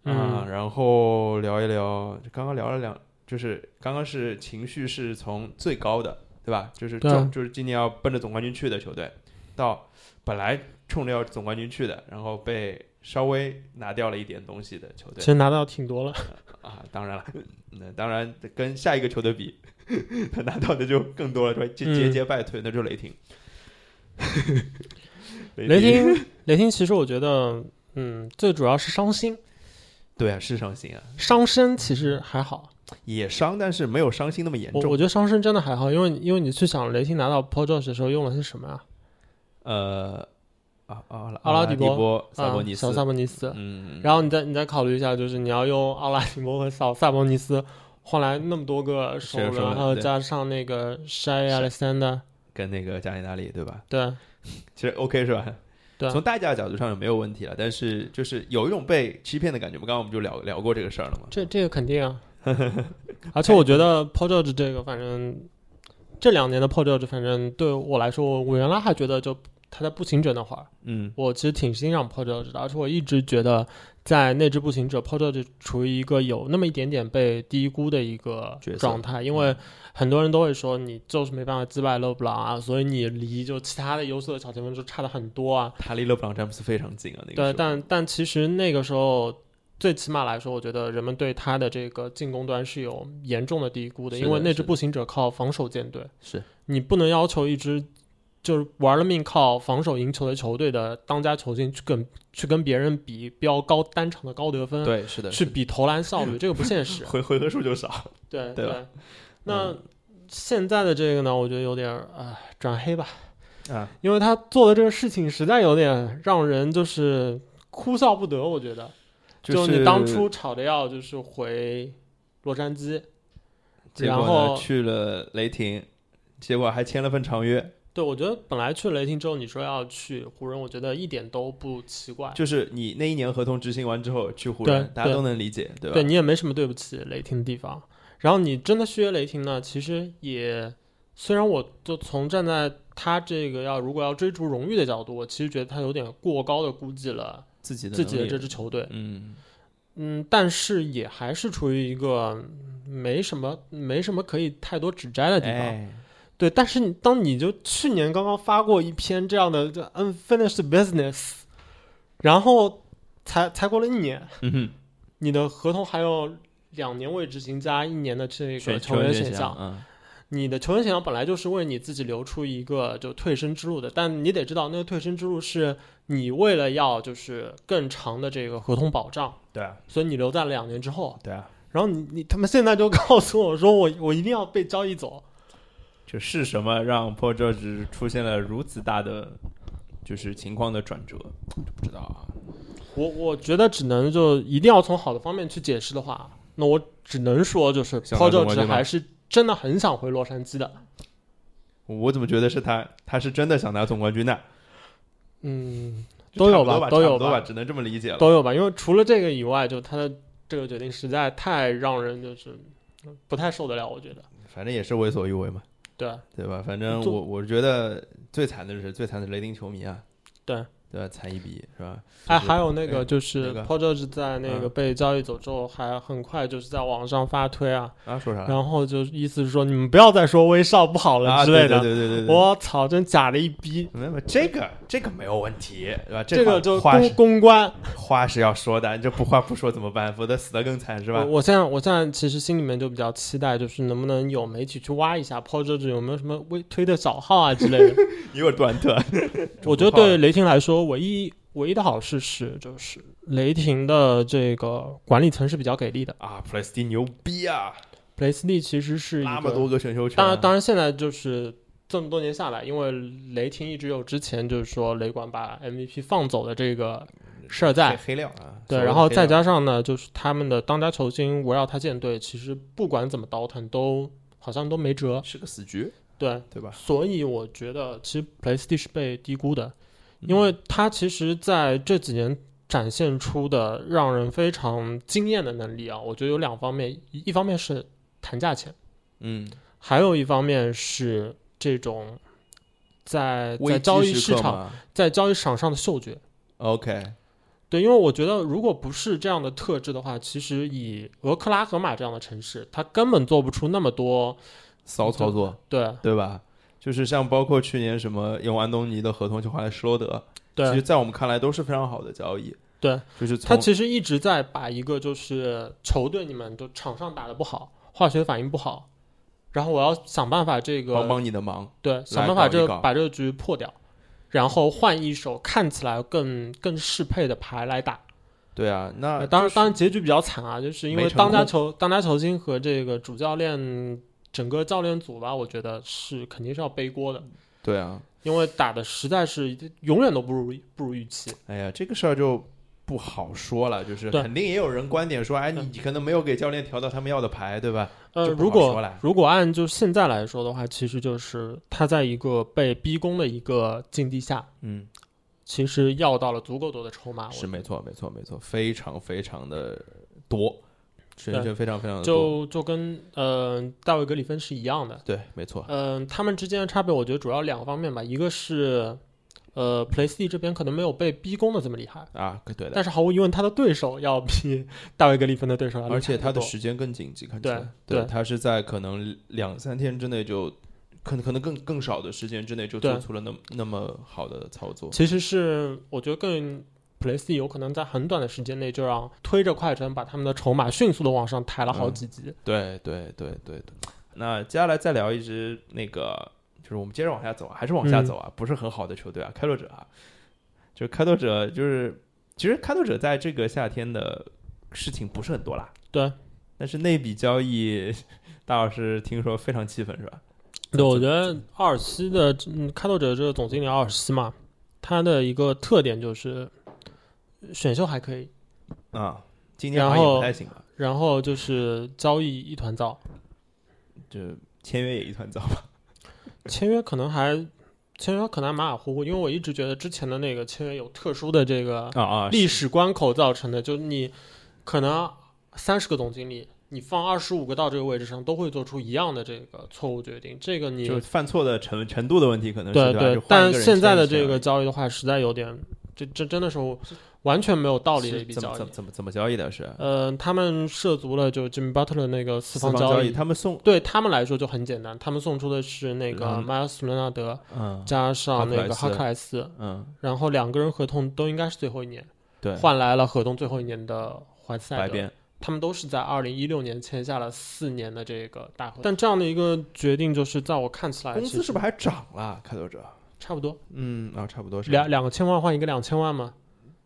Speaker 1: 啊，
Speaker 3: 嗯
Speaker 1: 然后聊一聊，刚刚聊了两，就是刚刚是情绪是从最高的，对吧？就是
Speaker 3: 对
Speaker 1: 正就是今年要奔着总冠军去的球队，到本来冲着要总冠军去的，然后被稍微拿掉了一点东西的球
Speaker 3: 其
Speaker 1: 队
Speaker 3: 实拿到挺多了。
Speaker 1: 啊，当然了， 那当然跟下一个球队比，他拿到的就更多了，对吧？节节
Speaker 3: 嗯
Speaker 1: 节败退，那 就是雷霆。
Speaker 3: 雷霆，雷霆其实我觉得嗯，最主要是伤心，
Speaker 1: 对啊，是伤心啊，
Speaker 3: 伤身其实还好。
Speaker 1: 也伤，但是没有伤心那么严
Speaker 3: 我
Speaker 1: 重
Speaker 3: 我。觉得伤身真的还好，因为因为你去想雷霆拿到 Pro Josh 的时候用的是什么呀？
Speaker 1: 呃，啊啊，
Speaker 3: 阿
Speaker 1: 拉
Speaker 3: 拉迪波
Speaker 1: 波、萨博
Speaker 3: 啊
Speaker 1: 尼斯
Speaker 3: 小，萨博尼斯。
Speaker 1: 嗯，
Speaker 3: 然后你再你再考虑一下，就是你要用奥拉迪波和萨萨博尼斯换来那么多个首
Speaker 1: 是首轮
Speaker 3: 轮，还有
Speaker 1: 对
Speaker 3: 加上那个 Shy Alexander，
Speaker 1: 跟那个加里纳利对吧？
Speaker 3: 对
Speaker 1: 其实 OK 是吧？
Speaker 3: 对啊
Speaker 1: 从代价的角度上是没有问题了，但是就是有一种被欺骗的感觉。我们刚刚我们就聊聊过这个事儿了嘛。
Speaker 3: 这这个 肯定啊。而且我觉得 p o j o 这个，反正这两年的 p o j o 反正对我来说，我原来还觉得就他在步行者那会儿，
Speaker 1: 嗯
Speaker 3: 我其实挺欣赏 p o j o 的，而且我一直觉得在那支步行者 p o j o 处于一个有那么一点点被低估的一个
Speaker 1: 角色嗯
Speaker 3: 状态，因为很多人都会说你就是没办法击败勒布朗啊，所以你离就其他的优秀的小前锋就差的很多啊。
Speaker 1: 他离勒布朗詹姆斯非常近啊，那个
Speaker 3: 对，
Speaker 1: 时候
Speaker 3: 但但其实那个时候，最起码来说，我觉得人们对他的这个进攻端是有严重的低估的，
Speaker 1: 是的
Speaker 3: 因为那
Speaker 1: 是
Speaker 3: 支
Speaker 1: 的
Speaker 3: 步行者靠防守舰队，
Speaker 1: 是
Speaker 3: 你不能要求一支就是玩了命靠防守赢球的球队的当家球星去跟去跟别人比标高单场的高得分，
Speaker 1: 对是的，
Speaker 3: 去比投篮效率，这个不 现实。
Speaker 1: 回回合数就少，
Speaker 3: 对
Speaker 1: 对吧嗯
Speaker 3: 那现在的这个呢，我觉得有点儿啊转黑吧，
Speaker 1: 啊，
Speaker 3: 因为他做的这个事情实在有点让人就是哭笑不得，我觉得。
Speaker 1: 就是
Speaker 3: 你当初吵着要就是回洛杉矶，
Speaker 1: 结果
Speaker 3: 然
Speaker 1: 呢
Speaker 3: 后
Speaker 1: 去了雷霆，结果还签了份长约，
Speaker 3: 对我觉得本来去雷霆之后你说要去湖人，我觉得一点都不奇怪，
Speaker 1: 就是你那一年合同执行完之后去湖人，
Speaker 3: 对
Speaker 1: 大家都能理解，对吧？
Speaker 3: 对你也没什么对不起雷霆的地方。然后你真的续约雷霆呢，其实也虽然我就从站在他这个要如果要追逐荣誉的角度，我其实觉得他有点过高的估计了
Speaker 1: 自己的
Speaker 3: 自己的
Speaker 1: 能力
Speaker 3: 这支球队，
Speaker 1: 嗯，
Speaker 3: 嗯，但是也还是处于一个没什么没什么可以太多指摘的地方。
Speaker 1: 哎，
Speaker 3: 对，但是你当你就去年刚刚发过一篇这样的叫 unfinished business，然后才才过了一年，
Speaker 1: 嗯哼，
Speaker 3: 你的合同还有两年未执行加一年的这个
Speaker 1: 选
Speaker 3: 球员选
Speaker 1: 项，
Speaker 3: 项，
Speaker 1: 嗯，
Speaker 3: 你的球员选项本来就是为你自己留出一个就退身之路的，但你得知道那个退身之路是你为了要就是更长的这个合同保障，
Speaker 1: 对啊，
Speaker 3: 所以你留在了两年之后，
Speaker 1: 对啊，
Speaker 3: 然后你你他们现在就告诉我说我我一定要被交易走，
Speaker 1: 就是什么让 Paul George 出现了如此大的就是情况的转折，就不知道啊。
Speaker 3: 我我觉得只能就一定要从好的方面去解释的话，那我只能说就是
Speaker 1: 想
Speaker 3: Paul
Speaker 1: 来中国
Speaker 3: George
Speaker 1: 队吗
Speaker 3: 还是真的很想回洛杉矶的。
Speaker 1: 我怎么觉得是他，他是真的想拿总冠军呢？
Speaker 3: 嗯，
Speaker 1: 就
Speaker 3: 都
Speaker 1: 差
Speaker 3: 有
Speaker 1: 不多
Speaker 3: 吧
Speaker 1: 吧，
Speaker 3: 都有
Speaker 1: 差不多吧，
Speaker 3: 吧
Speaker 1: 只能这么理解了。
Speaker 3: 都有吧，因为除了这个以外，就他的这个决定实在太让人就是不太受得了，我觉得。
Speaker 1: 反正也是为所欲为嘛，
Speaker 3: 对，
Speaker 1: 对吧？反正
Speaker 3: 做
Speaker 1: 我我觉得最惨的是最惨的是雷霆球迷啊，
Speaker 3: 对
Speaker 1: 对吧？惨一笔是吧？
Speaker 3: 哎，
Speaker 1: 就是
Speaker 3: 还有那个就
Speaker 1: 哪
Speaker 3: 是
Speaker 1: 个
Speaker 3: Paul George 在那个
Speaker 1: 嗯
Speaker 3: 被交易走之后，还很快就是在网上发推啊，
Speaker 1: 啊，说啥了？
Speaker 3: 然后就是意思是说你们不要再说威少不好
Speaker 1: 啊，
Speaker 3: 呃了之
Speaker 1: 对
Speaker 3: 类
Speaker 1: 对
Speaker 3: 的。
Speaker 1: 对对对对，
Speaker 3: 我操，真假的一逼！
Speaker 1: 没有没有这个这个没有问题，对吧？
Speaker 3: 这
Speaker 1: 话
Speaker 3: 个就
Speaker 1: 话
Speaker 3: 公
Speaker 1: 是
Speaker 3: 公关，
Speaker 1: 话是要说的，你这不话不说怎么办？否则死得更惨是吧
Speaker 3: 我？我现在我现在其实心里面就比较期待，就是能不能有媒体去挖一下 Paul George 有没有什么微推特小号啊之类 的。
Speaker 1: 也有短特，
Speaker 3: 我觉得对雷霆来说，唯一唯一的好事是，就是雷霆的这个管理层是比较给力的。
Speaker 1: 啊 p l a y s t 牛逼啊，
Speaker 3: p l a c e 其实是一
Speaker 1: 那么
Speaker 3: 个，
Speaker 1: 多个选秀权，啊
Speaker 3: 当然当然现在就是这么多年下来，因为雷霆一直有之前就是说雷管把 MVP 放走的这个事儿在
Speaker 1: 黑，黑料啊，所
Speaker 3: 对，
Speaker 1: 谓的
Speaker 3: 然后
Speaker 1: 黑料
Speaker 3: 再加上呢，就是他们的当家球星围绕他建队，其实不管怎么倒腾都好像都没辙。
Speaker 1: 是个死局，
Speaker 3: 对，
Speaker 1: 对吧？
Speaker 3: 所以我觉得其实 PlayStation 是被低估的，因
Speaker 1: 嗯
Speaker 3: 为他其实在这几年展现出的让人非常惊艳的能力啊，我觉得有两方面，一一方面是谈价钱，
Speaker 1: 嗯，
Speaker 3: 还有一方面是这种在在
Speaker 1: 危
Speaker 3: 交易
Speaker 1: 机时
Speaker 3: 市
Speaker 1: 刻
Speaker 3: 场
Speaker 1: 嘛
Speaker 3: 在交易市场上的嗅觉。
Speaker 1: ，OK，
Speaker 3: 对，因为我觉得如果不是这样的特质的话，其实以俄克拉荷马这样的城市，它根本做不出那么多。
Speaker 1: 骚操作，
Speaker 3: 对
Speaker 1: 对吧？就是像包括去年什么用安东尼的合同去换来施罗德，其实，
Speaker 3: 对
Speaker 1: 在我们看来都是非常好的交易，
Speaker 3: 对，
Speaker 1: 就是从
Speaker 3: 它其实一直在把一个就是球队你们就场上打的不好，化学反应不好，然后我要想办法这个
Speaker 1: 帮帮你的忙，
Speaker 3: 对
Speaker 1: 来
Speaker 3: 想办法
Speaker 1: 搞一
Speaker 3: 这个
Speaker 1: 搞
Speaker 3: 把这个局破掉。然后换一手看起来更更适配的牌来打。
Speaker 1: 对啊，那、
Speaker 3: 呃当然，当然结局比较惨啊，就是因
Speaker 1: 没
Speaker 3: 为
Speaker 1: 成
Speaker 3: 当家
Speaker 1: 功
Speaker 3: 球当家球星和这个主教练整个教练组吧，我觉得是肯定是要背锅的，
Speaker 1: 对啊，
Speaker 3: 因为打的实在是永远都不如不如预期。
Speaker 1: 哎呀，这个事儿就不好说了，就是
Speaker 3: 对
Speaker 1: 肯定也有人观点说，哎，
Speaker 3: 嗯
Speaker 1: 你可能没有给教练调到他们要的牌，对吧？
Speaker 3: 呃，
Speaker 1: 就不好
Speaker 3: 如
Speaker 1: 说
Speaker 3: 果
Speaker 1: 了
Speaker 3: 如果按就现在来说的话，其实就是他在一个被逼宫的一个境地下，
Speaker 1: 嗯，
Speaker 3: 其实要到了足够多的筹啊码。我
Speaker 1: 是没错，没错，没错，非常非常的多，选
Speaker 3: 对
Speaker 1: 选非常非常的多，
Speaker 3: 就就跟呃大卫格里芬是一样的，
Speaker 1: 对，没错，
Speaker 3: 嗯、他们之间的差别，我觉得主要两个方面吧，一个是呃 PlayStation 这边可能没有被逼宫的这么厉害，
Speaker 1: 啊，对的，
Speaker 3: 但是毫无疑问，他的对手要比大卫格里芬的对手要厉害
Speaker 1: 而且他
Speaker 3: 得
Speaker 1: 的
Speaker 3: 多
Speaker 1: 时间更紧急，看起来，
Speaker 3: 对对
Speaker 1: 他是在可能两三天之内就。可可能更更少的时间之内就做
Speaker 3: 对
Speaker 1: 出了那么那么好的操作，
Speaker 3: 其实是我觉得更 PlayStation 有可能在很短的时间内就让推着快船把他们的筹码迅速的往上抬了好几级。
Speaker 1: 对对对对对。那接下来再聊一支那个，就是我们接着往下走啊，还是往下
Speaker 3: 嗯
Speaker 1: 走啊，不是很好的球队啊，开拓者啊，就是开拓者，就是其实开拓者在这个夏天的事情不是很多啦。
Speaker 3: 对。
Speaker 1: 但是那笔交易，大老师听说非常气愤是吧？
Speaker 3: 对，我觉得阿尔西的嗯，开拓者这个总经理阿尔西嘛，他的一个特点就是选秀还可以，
Speaker 1: 啊，今年好像
Speaker 3: 然
Speaker 1: 也
Speaker 3: 后
Speaker 1: 不太行吧？
Speaker 3: 然后就是交易一团糟，
Speaker 1: 这签约也一团糟
Speaker 3: 啊
Speaker 1: 吧？
Speaker 3: 签约可能还签约可能还马马虎虎，因为我一直觉得之前的那个签约有特殊的这个
Speaker 1: 啊啊，
Speaker 3: 历史关口造成的，就你可能三十个总经理，你放二十五个到这个位置上，都会做出一样的这个错误决定，这个你
Speaker 1: 就犯错的程程度的问题，可能是
Speaker 3: 对
Speaker 1: 吧？就换一
Speaker 3: 但
Speaker 1: 个人
Speaker 3: 现在
Speaker 1: 签一
Speaker 3: 的
Speaker 1: 签
Speaker 3: 这
Speaker 1: 而
Speaker 3: 个
Speaker 1: 已
Speaker 3: 交易的话，实在有点，这这真的是完全没有道理的一
Speaker 1: 是
Speaker 3: 笔
Speaker 1: 怎么怎
Speaker 3: 交易
Speaker 1: 么。怎么怎么交易的是？
Speaker 3: 呃，他们涉足了就 Jimmy Butler 那个四
Speaker 1: 四方
Speaker 3: 交
Speaker 1: 易，，他们送
Speaker 3: 对他们来说就很简单，他们送出的是那个
Speaker 1: 嗯
Speaker 3: 迈尔斯伦纳德
Speaker 1: 嗯
Speaker 3: 加上那个
Speaker 1: 哈
Speaker 3: 哈
Speaker 1: 克
Speaker 3: 克莱斯，
Speaker 1: 嗯，
Speaker 3: 然后两个人合同都应该是最后一年，
Speaker 1: 对，
Speaker 3: 换来了合同最后一年的怀斯
Speaker 1: 白
Speaker 3: 塞德。
Speaker 1: 边，
Speaker 3: 他们都是在二零一六年签下了四年的这个大合同，但这样的一个决定，就是在我看起来，
Speaker 1: 工资是不是还涨了？开拓者，
Speaker 3: 差不多？
Speaker 1: 嗯啊，差不多是
Speaker 3: 两。两个千万换一个两千万嘛，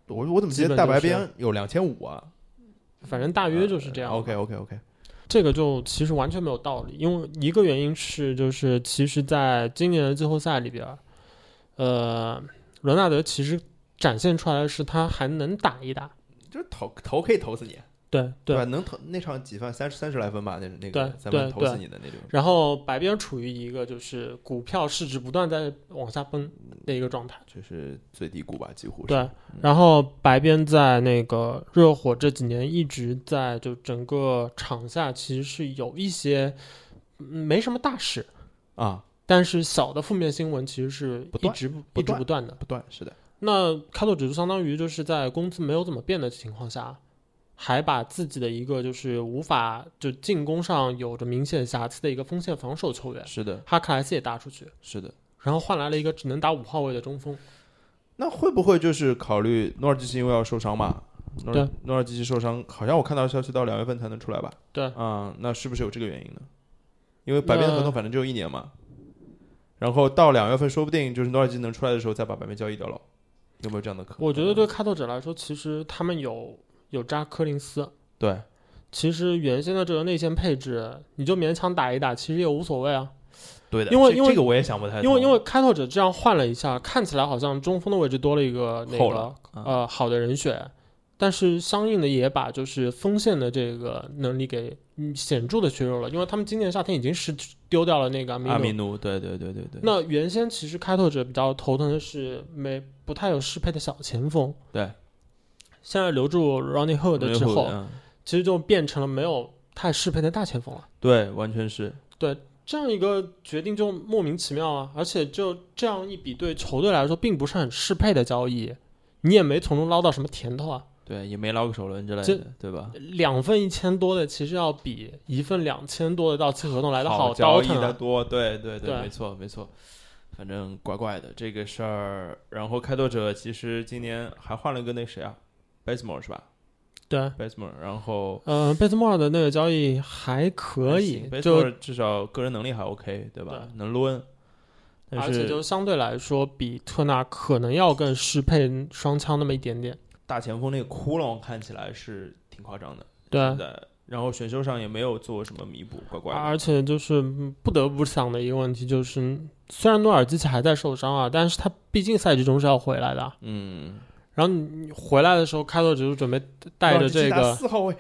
Speaker 1: 我我怎么记得
Speaker 3: 基本
Speaker 1: 大
Speaker 3: 就
Speaker 1: 白
Speaker 3: 是
Speaker 1: 边有两千五啊？
Speaker 3: 反正大约就是这样。
Speaker 1: 呃 OK OK OK，
Speaker 3: 这个就其实完全没有道理，因为一个原因是，就是其实在今年的季后赛里边儿，呃，伦纳德其实展现出来的是他还能打一打，
Speaker 1: 就是投投可以投死你，
Speaker 3: 对
Speaker 1: 吧？能投那场几分？三十三十来分吧，那那个
Speaker 3: 对
Speaker 1: 三分
Speaker 3: 对
Speaker 1: 投死
Speaker 3: 对
Speaker 1: 你的那种。
Speaker 3: 然后白边处于一个就是股票市值不断在往下崩的一个状态，
Speaker 1: 就是最低谷吧，几乎是。嗯
Speaker 3: 对。然后白边在那个热火这几年一直在就整个场下其实是有一些嗯没什么大事，
Speaker 1: 啊，
Speaker 3: 但是小的负面新闻其实是
Speaker 1: 不
Speaker 3: 一
Speaker 1: 断
Speaker 3: 直不
Speaker 1: 不
Speaker 3: 一直
Speaker 1: 断
Speaker 3: 不断的。
Speaker 1: 不断是的，
Speaker 3: 那开拓者就相当于就是在工资没有怎么变的情况下，还把自己的一个就是无法就进攻上有着明显瑕疵的一个锋线防守球员
Speaker 1: 是的，
Speaker 3: 哈克莱斯也搭出去，
Speaker 1: 是的。
Speaker 3: 然后换来了一个只能打五号位的中锋。
Speaker 1: 那会不会就是考虑诺尔基奇因为要受伤嘛？诺尔
Speaker 3: 对
Speaker 1: 诺尔基奇受伤，好像我看到消息到两月份才能出来吧？
Speaker 3: 对
Speaker 1: 啊、那是不是有这个原因呢？因为白边的合
Speaker 3: 那
Speaker 1: 同反正只有一年嘛，然后到两月份说不定就是诺尔基奇能出来的时候再把白边交易掉了，有没有这样的可能？
Speaker 3: 我觉得对开拓者来说，其实他们有有扎科林斯，
Speaker 1: 对，
Speaker 3: 其实原先的这个内线配置你就勉强打一打，其实也无所谓啊。
Speaker 1: 对的
Speaker 3: 因为
Speaker 1: 这
Speaker 3: 因为
Speaker 1: 这个我也想不太
Speaker 3: 因为
Speaker 1: 通
Speaker 3: 因为开拓者这样换了一下，看起来好像中锋的位置多了一个那
Speaker 1: 后
Speaker 3: 个
Speaker 1: 了嗯
Speaker 3: 呃好的人选，但是相应的也把就是锋线的这个能力给嗯显著的削弱了，因为他们今年夏天已经是丢掉了那个阿米
Speaker 1: 阿米
Speaker 3: 努。
Speaker 1: 努，对对对对对，
Speaker 3: 那原先其实开拓者比较头疼的是没不太有适配的小前锋，
Speaker 1: 对
Speaker 3: 现在留住 Ronnie Hood 之后，
Speaker 1: 嗯
Speaker 3: 其实就变成了没有太适配的大前锋了。
Speaker 1: 对，完全是
Speaker 3: 这样一个决定就莫名其妙啊！而且就这样一笔对球队来说并不是很适配的交易，你也没从中捞到什么甜头啊。
Speaker 1: 对，也没捞个首轮之类
Speaker 3: 这
Speaker 1: 的，对吧？
Speaker 3: 两份一千多的其实要比一份两千多的到期合同来的
Speaker 1: 好
Speaker 3: 倒
Speaker 1: 交易
Speaker 3: 腾
Speaker 1: 的
Speaker 3: 啊！
Speaker 1: 多，对对对，
Speaker 3: 对
Speaker 1: 没错没错，反正怪怪的这个事儿。然后开拓者其实今年还换了个那谁啊，Basemore 是吧
Speaker 3: 对，
Speaker 1: ？Basemore，然后
Speaker 3: 嗯、贝兹莫尔的那个交易还可以
Speaker 1: 还行，
Speaker 3: 就
Speaker 1: ，Basemore 至少个人能力还 OK，对吧
Speaker 3: 对？
Speaker 1: 能抡。
Speaker 3: 而
Speaker 4: 但
Speaker 3: 且
Speaker 4: 是
Speaker 3: 就相对来说比特纳可能要更适配双枪那么一点点。
Speaker 1: 大前锋那个窟窿看起来是挺夸张的，
Speaker 3: 对
Speaker 1: 现，在然后选秀上也没有做什么弥补，怪怪的。
Speaker 3: 而且就是嗯不得不想的一个问题就是，嗯虽然诺尔基奇还在受伤啊，但是他毕竟赛季中是要回来的啊。
Speaker 1: 嗯，
Speaker 3: 然后你回来的时候，开拓者就准备带着
Speaker 1: 让基奇
Speaker 3: 这
Speaker 1: 打
Speaker 3: 个，
Speaker 1: 四号位，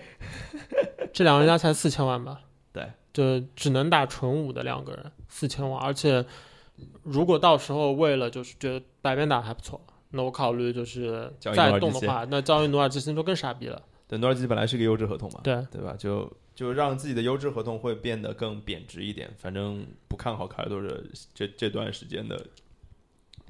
Speaker 3: 这两个人加起来四千万吧？
Speaker 1: 对，
Speaker 3: 就只能打纯五的两个人四千万，而且如果到时候为了就是觉得白边打还不错，那我考虑就是
Speaker 1: 交易努尔
Speaker 3: 再动
Speaker 1: 基奇
Speaker 3: 的话，那交易努尔基奇就更傻逼了。
Speaker 1: 对，诺尔基奇本来是个优质合同嘛，
Speaker 3: 对，
Speaker 1: 对吧？就就让自己的优质合同会变得更贬值一点，反正不看好凯尔特人这这段时间的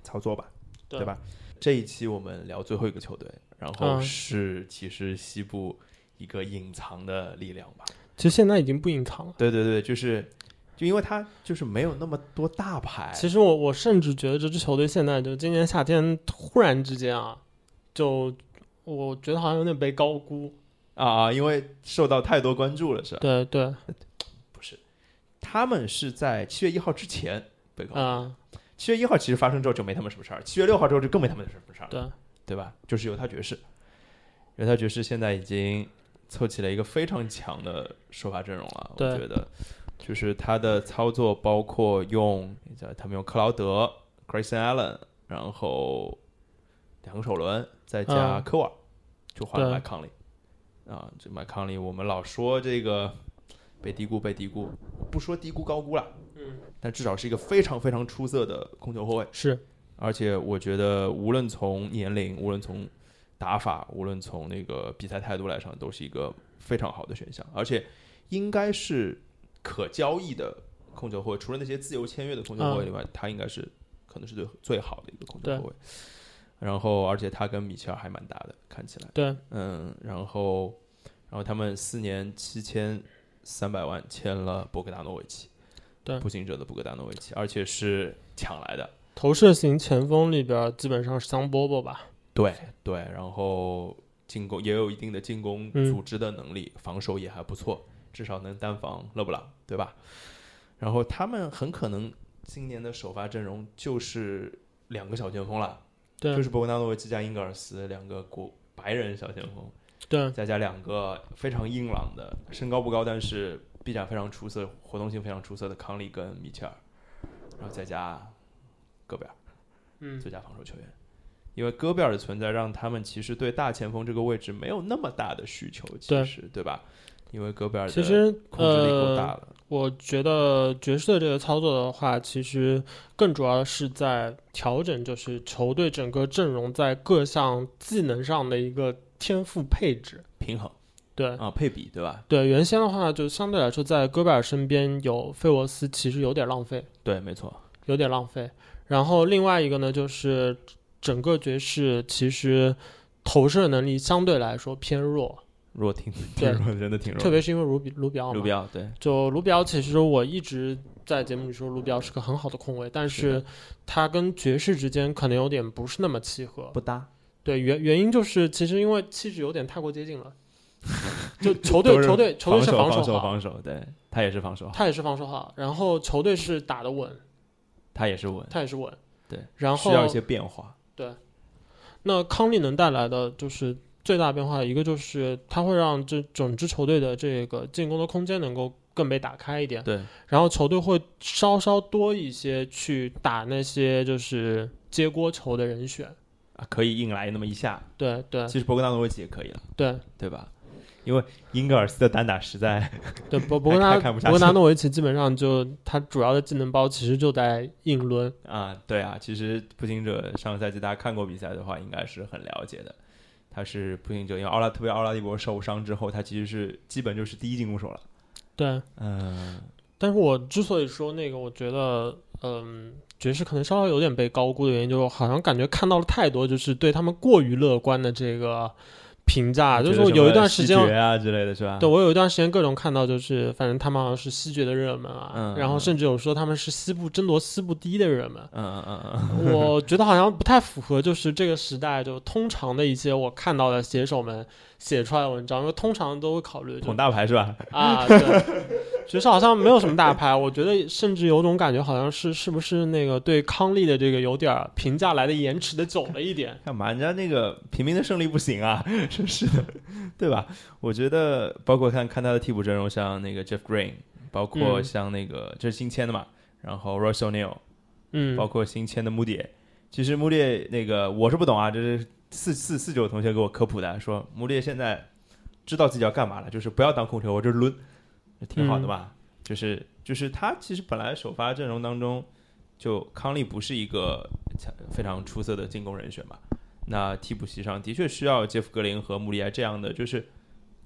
Speaker 1: 操作吧，对
Speaker 3: 对
Speaker 1: 吧？这一期我们聊最后一个球队，然后
Speaker 3: 嗯
Speaker 1: 是其实西部一个隐藏的力量吧。
Speaker 3: 其实现在已经不隐藏了。
Speaker 1: 对对对，就是就因为他就是没有那么多大牌，
Speaker 3: 其实我我甚至觉得这支球队现在就今年夏天突然之间啊，就我觉得好像有点被高估。
Speaker 1: 啊啊，因为受到太多关注了，是吧？
Speaker 3: 对对啊、
Speaker 1: 不是，他们是在七月一号之前被告。
Speaker 3: 嗯
Speaker 1: 七月一号其实发生之后就没他们什么事儿，七月六号之后就更没他们什么事儿了，
Speaker 3: 对
Speaker 1: 对吧？就是犹他爵士，犹他爵士现在已经凑齐了一个非常强的首发阵容了，我
Speaker 3: 对
Speaker 1: 觉得，就是他的操作包括用叫他们用克劳德、Grayson Allen，然后两个首轮再加
Speaker 3: 嗯
Speaker 1: 科瓦，就换了
Speaker 3: 对
Speaker 1: 麦康利啊，这麦康利我们老说这个被低估被低估，不说低估高估了，
Speaker 3: 嗯，
Speaker 1: 但至少是一个非常非常出色的控球后卫。
Speaker 3: 是
Speaker 1: 而且我觉得，无论从年龄，无论从打法，无论从那个比赛态度来上，都是一个非常好的选项，而且应该是可交易的控球后卫，除了那些自由签约的控球后卫以外，他应该是可能是最最好的一个控球
Speaker 3: 嗯对
Speaker 1: 后卫。然后，而且他跟米切尔还蛮搭的，看起来，
Speaker 3: 对
Speaker 1: 嗯，然后，然后他们四年七千三百万签了博格达诺维奇，
Speaker 3: 对
Speaker 1: 步行者的博格达诺维奇，而且是抢来的，
Speaker 3: 投射型前锋里边基本上是桑波波吧？
Speaker 1: 对对，然后进攻也有一定的进攻
Speaker 3: 嗯
Speaker 1: 组织的能力，防守也还不错，至少能单防勒布朗，对吧？然后他们很可能今年的首发阵容就是两个小前锋了，
Speaker 3: 对
Speaker 1: 就是博格纳诺维奇加英格尔斯两个国白人小前锋，
Speaker 3: 对
Speaker 1: 再加两个非常硬朗的，身高不高，但是臂展非常出色、活动性非常出色的康利跟米切尔，然后再加戈贝尔，
Speaker 3: 嗯
Speaker 1: 最佳防守球员。因为戈贝尔的存在，让他们其实对大前锋这个位置没有那么大的需求，其
Speaker 3: 对
Speaker 1: 实对吧？因为戈贝尔的
Speaker 3: 其实
Speaker 1: 控制力够大
Speaker 3: 呃，
Speaker 1: 了，
Speaker 3: 我觉得爵士的这个操作的话，其实更主要是在调整，就是球队整个阵容在各项技能上的一个天赋配置。
Speaker 1: 平衡
Speaker 3: 对，
Speaker 1: 啊配比对吧？
Speaker 3: 对，原先的话就相对来说，在戈贝尔身边有费沃斯，其实有点浪费，
Speaker 1: 对，没错，
Speaker 3: 有点浪费。然后另外一个呢，就是整个爵士其实投射能力相对来说偏弱，
Speaker 1: 弱挺挺
Speaker 3: 对
Speaker 1: 弱的，真的挺弱
Speaker 3: 特
Speaker 1: 的。
Speaker 3: 别是因为卢比卢比奥
Speaker 1: 卢
Speaker 3: 嘛
Speaker 1: 比。奥对
Speaker 3: 就卢比奥，其实我一直在节目里说卢比奥是个很好的控卫，但
Speaker 1: 是的
Speaker 3: 是他跟爵士之间可能有点不是那么契合。
Speaker 1: 不搭，
Speaker 3: 对，原原因就是其实因为气质有点太过 接近了，就球
Speaker 1: 都
Speaker 3: 队
Speaker 1: 是
Speaker 3: 球队球队是
Speaker 1: 防
Speaker 3: 守
Speaker 1: 守
Speaker 3: 好，
Speaker 1: 防守，对他也是防守好，
Speaker 3: 他也是防守好，然后球队是打得稳，
Speaker 1: 他也是稳，
Speaker 3: 他也是稳。
Speaker 1: 对，
Speaker 3: 然
Speaker 1: 需
Speaker 3: 后
Speaker 1: 要一些变化。
Speaker 3: 那康利能带来的就是最大变化，一个就是他会让这整支球队的这个进攻的空间能够更被打开一点，
Speaker 1: 对，
Speaker 3: 然后球队会稍稍多一些去打那些就是接锅球的人选。
Speaker 1: 啊，可以硬来那么一下。
Speaker 3: 对对
Speaker 1: 其实博格纳诺维奇也可以了，
Speaker 3: 对
Speaker 1: 对吧？因为英格尔斯的单打实在
Speaker 3: 对，不不
Speaker 1: 还
Speaker 3: 过他
Speaker 1: 还看不下
Speaker 3: 不过
Speaker 1: 去
Speaker 3: 纳诺维奇基本上就他主要的技能包其实就在硬抡，
Speaker 1: 啊，对啊，其实步行者上个赛季大家看过比赛的话，应该是很了解的。他是步行者，因为奥拉特别奥拉迪博受伤之后，他其实是基本就是第一进攻手了。
Speaker 3: 对。
Speaker 1: 嗯，
Speaker 3: 但是我之所以说那个，我觉得，嗯，爵士可能稍微有点被高估的原因，就是好像感觉看到了太多，就是对他们过于乐观的这个评价。啊就是我有一段时间，
Speaker 1: 觉得什么西决啊之类的是吧？
Speaker 3: 对我有一段时间各种看到，就是反正他们好像是西决的热门啊，
Speaker 1: 嗯
Speaker 3: 然后
Speaker 1: 嗯
Speaker 3: 甚至有说他们是西部争夺西部第一的 热门。
Speaker 1: 嗯嗯嗯嗯，
Speaker 3: 我觉得好像不太符合，就是这个时代就通常的一些我看到的写手们写出来的文章，因为通常都会考虑就
Speaker 1: 捧大牌是吧？
Speaker 3: 啊，对，爵士好像没有什么大牌，我觉得甚至有种感觉，好像是是不是那个对康利的这个有点儿评价来的延迟的久了一点。
Speaker 1: 干嘛？人家那个平民的胜利不行啊， 真是的，对吧？我觉得包括看看他的替补阵容，像那个 Jeff Green，包括
Speaker 3: 嗯
Speaker 1: 像那个、这是新签的嘛，然后 Royce O'Neal，
Speaker 3: 嗯
Speaker 1: 包括新签的穆迪。其实穆迪那个我是不懂啊，这是四四四九同学给我科普的，说穆迪现在知道自己要干嘛了，就是不要当控球，我就是抡，挺好的吧？就是就是他其实本来首发阵容当中，就康利不是一个强非常出色的进攻人选嘛。那替补席上的确需要杰夫格林和穆里埃这样的，就是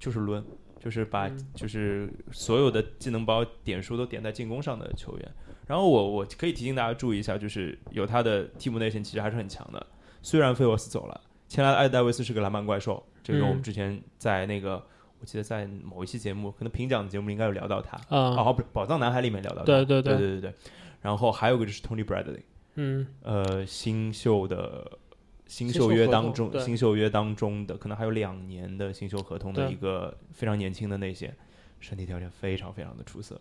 Speaker 1: 就是抡，就是把、
Speaker 3: 嗯
Speaker 1: 就是所有的技能包点数都点在进攻上的球员。然后我我可以提醒大家注意一下，就是有他的替补内线其实还是很强的。虽然费沃斯走了，前来的艾戴维斯是个篮板怪兽，这个我们
Speaker 3: 嗯
Speaker 1: 之前在那个、我记得在某一期节目，可能评奖的节目里应该有聊到他。
Speaker 3: 啊，
Speaker 1: 哦，不是《宝藏男孩》里面聊到他。
Speaker 3: 对对
Speaker 1: 对
Speaker 3: 对，
Speaker 1: 对对对。然后还有一个就是 Tony Bradley，
Speaker 3: 嗯
Speaker 1: 呃，新秀的新
Speaker 3: 新秀
Speaker 1: 秀约
Speaker 3: 合
Speaker 1: 当
Speaker 3: 同
Speaker 1: 中，
Speaker 3: 对
Speaker 1: 新秀约当中的可能还有两年的新秀合同的
Speaker 3: 对
Speaker 1: 一个非常年轻的内线，身体条件非常非常的出色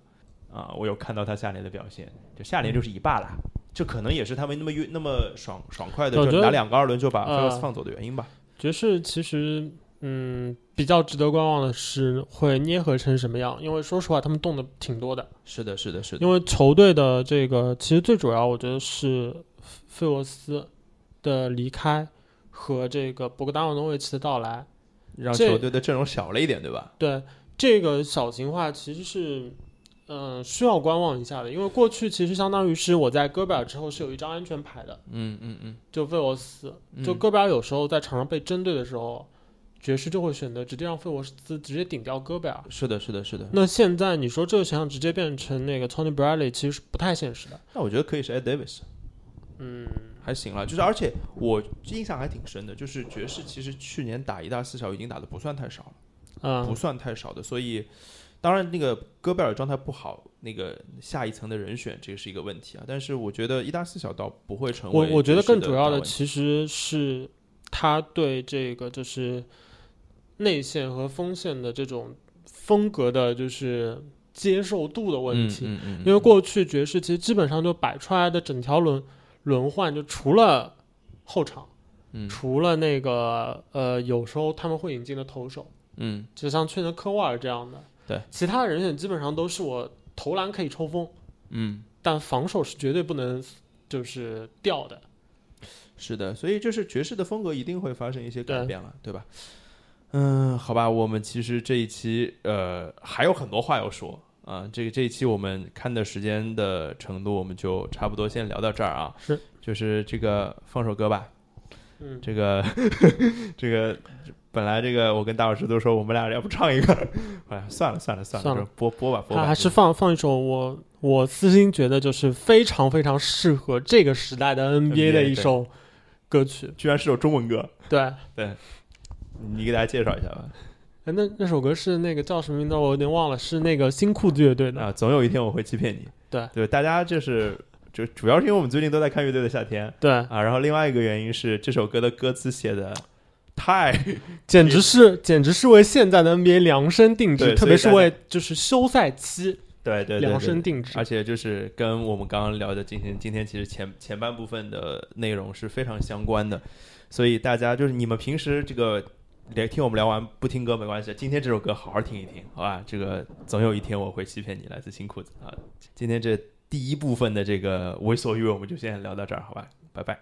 Speaker 1: 啊！我有看到他下联的表现，就下
Speaker 3: 嗯
Speaker 1: 联就是一霸啦。这可能也是他们那么约那么爽爽快的，
Speaker 3: 我觉
Speaker 1: 就
Speaker 3: 得
Speaker 1: 拿两个二轮就把菲
Speaker 3: 呃
Speaker 1: 洛斯放走的原因吧。
Speaker 3: 爵士其实嗯比较值得观望的是会捏合成什么样，因为说实话他们动的挺多的。
Speaker 1: 是的，是的，是的。
Speaker 3: 因为球队的这个其实最主要，我觉得是费沃斯的离开和这个博格达诺诺维奇的到来。
Speaker 1: 让
Speaker 3: 这
Speaker 1: 球队的阵容小了一点，对吧？
Speaker 3: 对这个小型化其实是，嗯、需要观望一下的，因为过去其实相当于是我在戈贝尔之后是有一张安全牌的，
Speaker 1: 嗯嗯嗯，
Speaker 3: 就费沃斯，
Speaker 1: 嗯
Speaker 3: 就戈贝尔有时候在场上被针对的时候，爵士就会选择直接让费沃斯直接顶掉戈贝尔。
Speaker 1: 是的，是的，是的。
Speaker 3: 那现在你说这个选项直接变成那个 Tony Bradley，其实是不太现实的。
Speaker 1: 那我觉得可以是 Ed Davis。
Speaker 3: 嗯，
Speaker 1: 还行了，就是而且我印象还挺深的，就是爵士其实去年打一大四小已经打的不算太少了，
Speaker 3: 啊、
Speaker 1: 不算太少的，所以当然那个戈贝尔状态不好，那个下一层的人选这个是一个问题啊，但是我觉得一大四小倒不会成为
Speaker 3: 我我觉得
Speaker 1: 爵士
Speaker 3: 更主要
Speaker 1: 大
Speaker 3: 的
Speaker 1: 问题
Speaker 3: 其实是他对这个就是内线和锋线的这种风格的，就是接受度的问题。
Speaker 1: 嗯嗯嗯、
Speaker 3: 因为过去爵士其实基本上就摆出来的整条轮轮换，就除了后场，
Speaker 1: 嗯
Speaker 3: 除了那个呃，有时候他们会引进的投手，
Speaker 1: 嗯
Speaker 3: 就像去年科沃尔这样的，
Speaker 1: 对，
Speaker 3: 其他的人选基本上都是我投篮可以抽风，
Speaker 1: 嗯
Speaker 3: 但防守是绝对不能就是掉的。
Speaker 1: 是的，所以就是爵士的风格一定会发生一些改
Speaker 3: 对
Speaker 1: 变了，对吧？嗯，好吧，我们其实这一期呃还有很多话要说啊、这个这一期我们看的时间的程度，我们就差不多先聊到这儿啊。
Speaker 3: 是，
Speaker 1: 就是这个放首歌吧，
Speaker 3: 嗯，
Speaker 1: 这个 这个本来这个我跟大老师都说我们俩要不唱一个，后来算了算了算了，
Speaker 3: 算了
Speaker 1: 说播播吧播吧，
Speaker 3: 他还是放放一首我我私心觉得就是非常非常适合这个时代的
Speaker 1: NBA
Speaker 3: NBA 的一首歌曲。
Speaker 1: 居然是首中文歌，
Speaker 3: 对，哎
Speaker 1: 你给大家介绍一下吧。
Speaker 3: 那那首歌是那个叫什么名字？我有点忘了，是那个新裤子乐队的。
Speaker 1: 啊，总有一天我会欺骗你。
Speaker 3: 对
Speaker 1: 对，大家就是就主要是因为我们最近都在看《乐队的夏天
Speaker 3: 对》，
Speaker 1: 啊，然后另外一个原因是这首歌的歌词写的太
Speaker 3: 简直是简直是为现在的 NBA 量身定
Speaker 1: 对
Speaker 3: 制，特别是
Speaker 1: 所以大
Speaker 3: 为就是休赛期
Speaker 1: 对对对对
Speaker 3: 量
Speaker 1: 对
Speaker 3: 身定制
Speaker 1: 而。且就是跟我们刚刚聊的进行，今天其实前前半部分的内容是非常相关的，所以大家就是你们平时这个聊听我们聊完不听歌没关系，今天这首歌好好听一听，好吧？这个总有一天我会欺骗你，来自新裤子啊！今天这第一部分的这个为所欲为，我们就先聊到这儿，好吧？拜拜。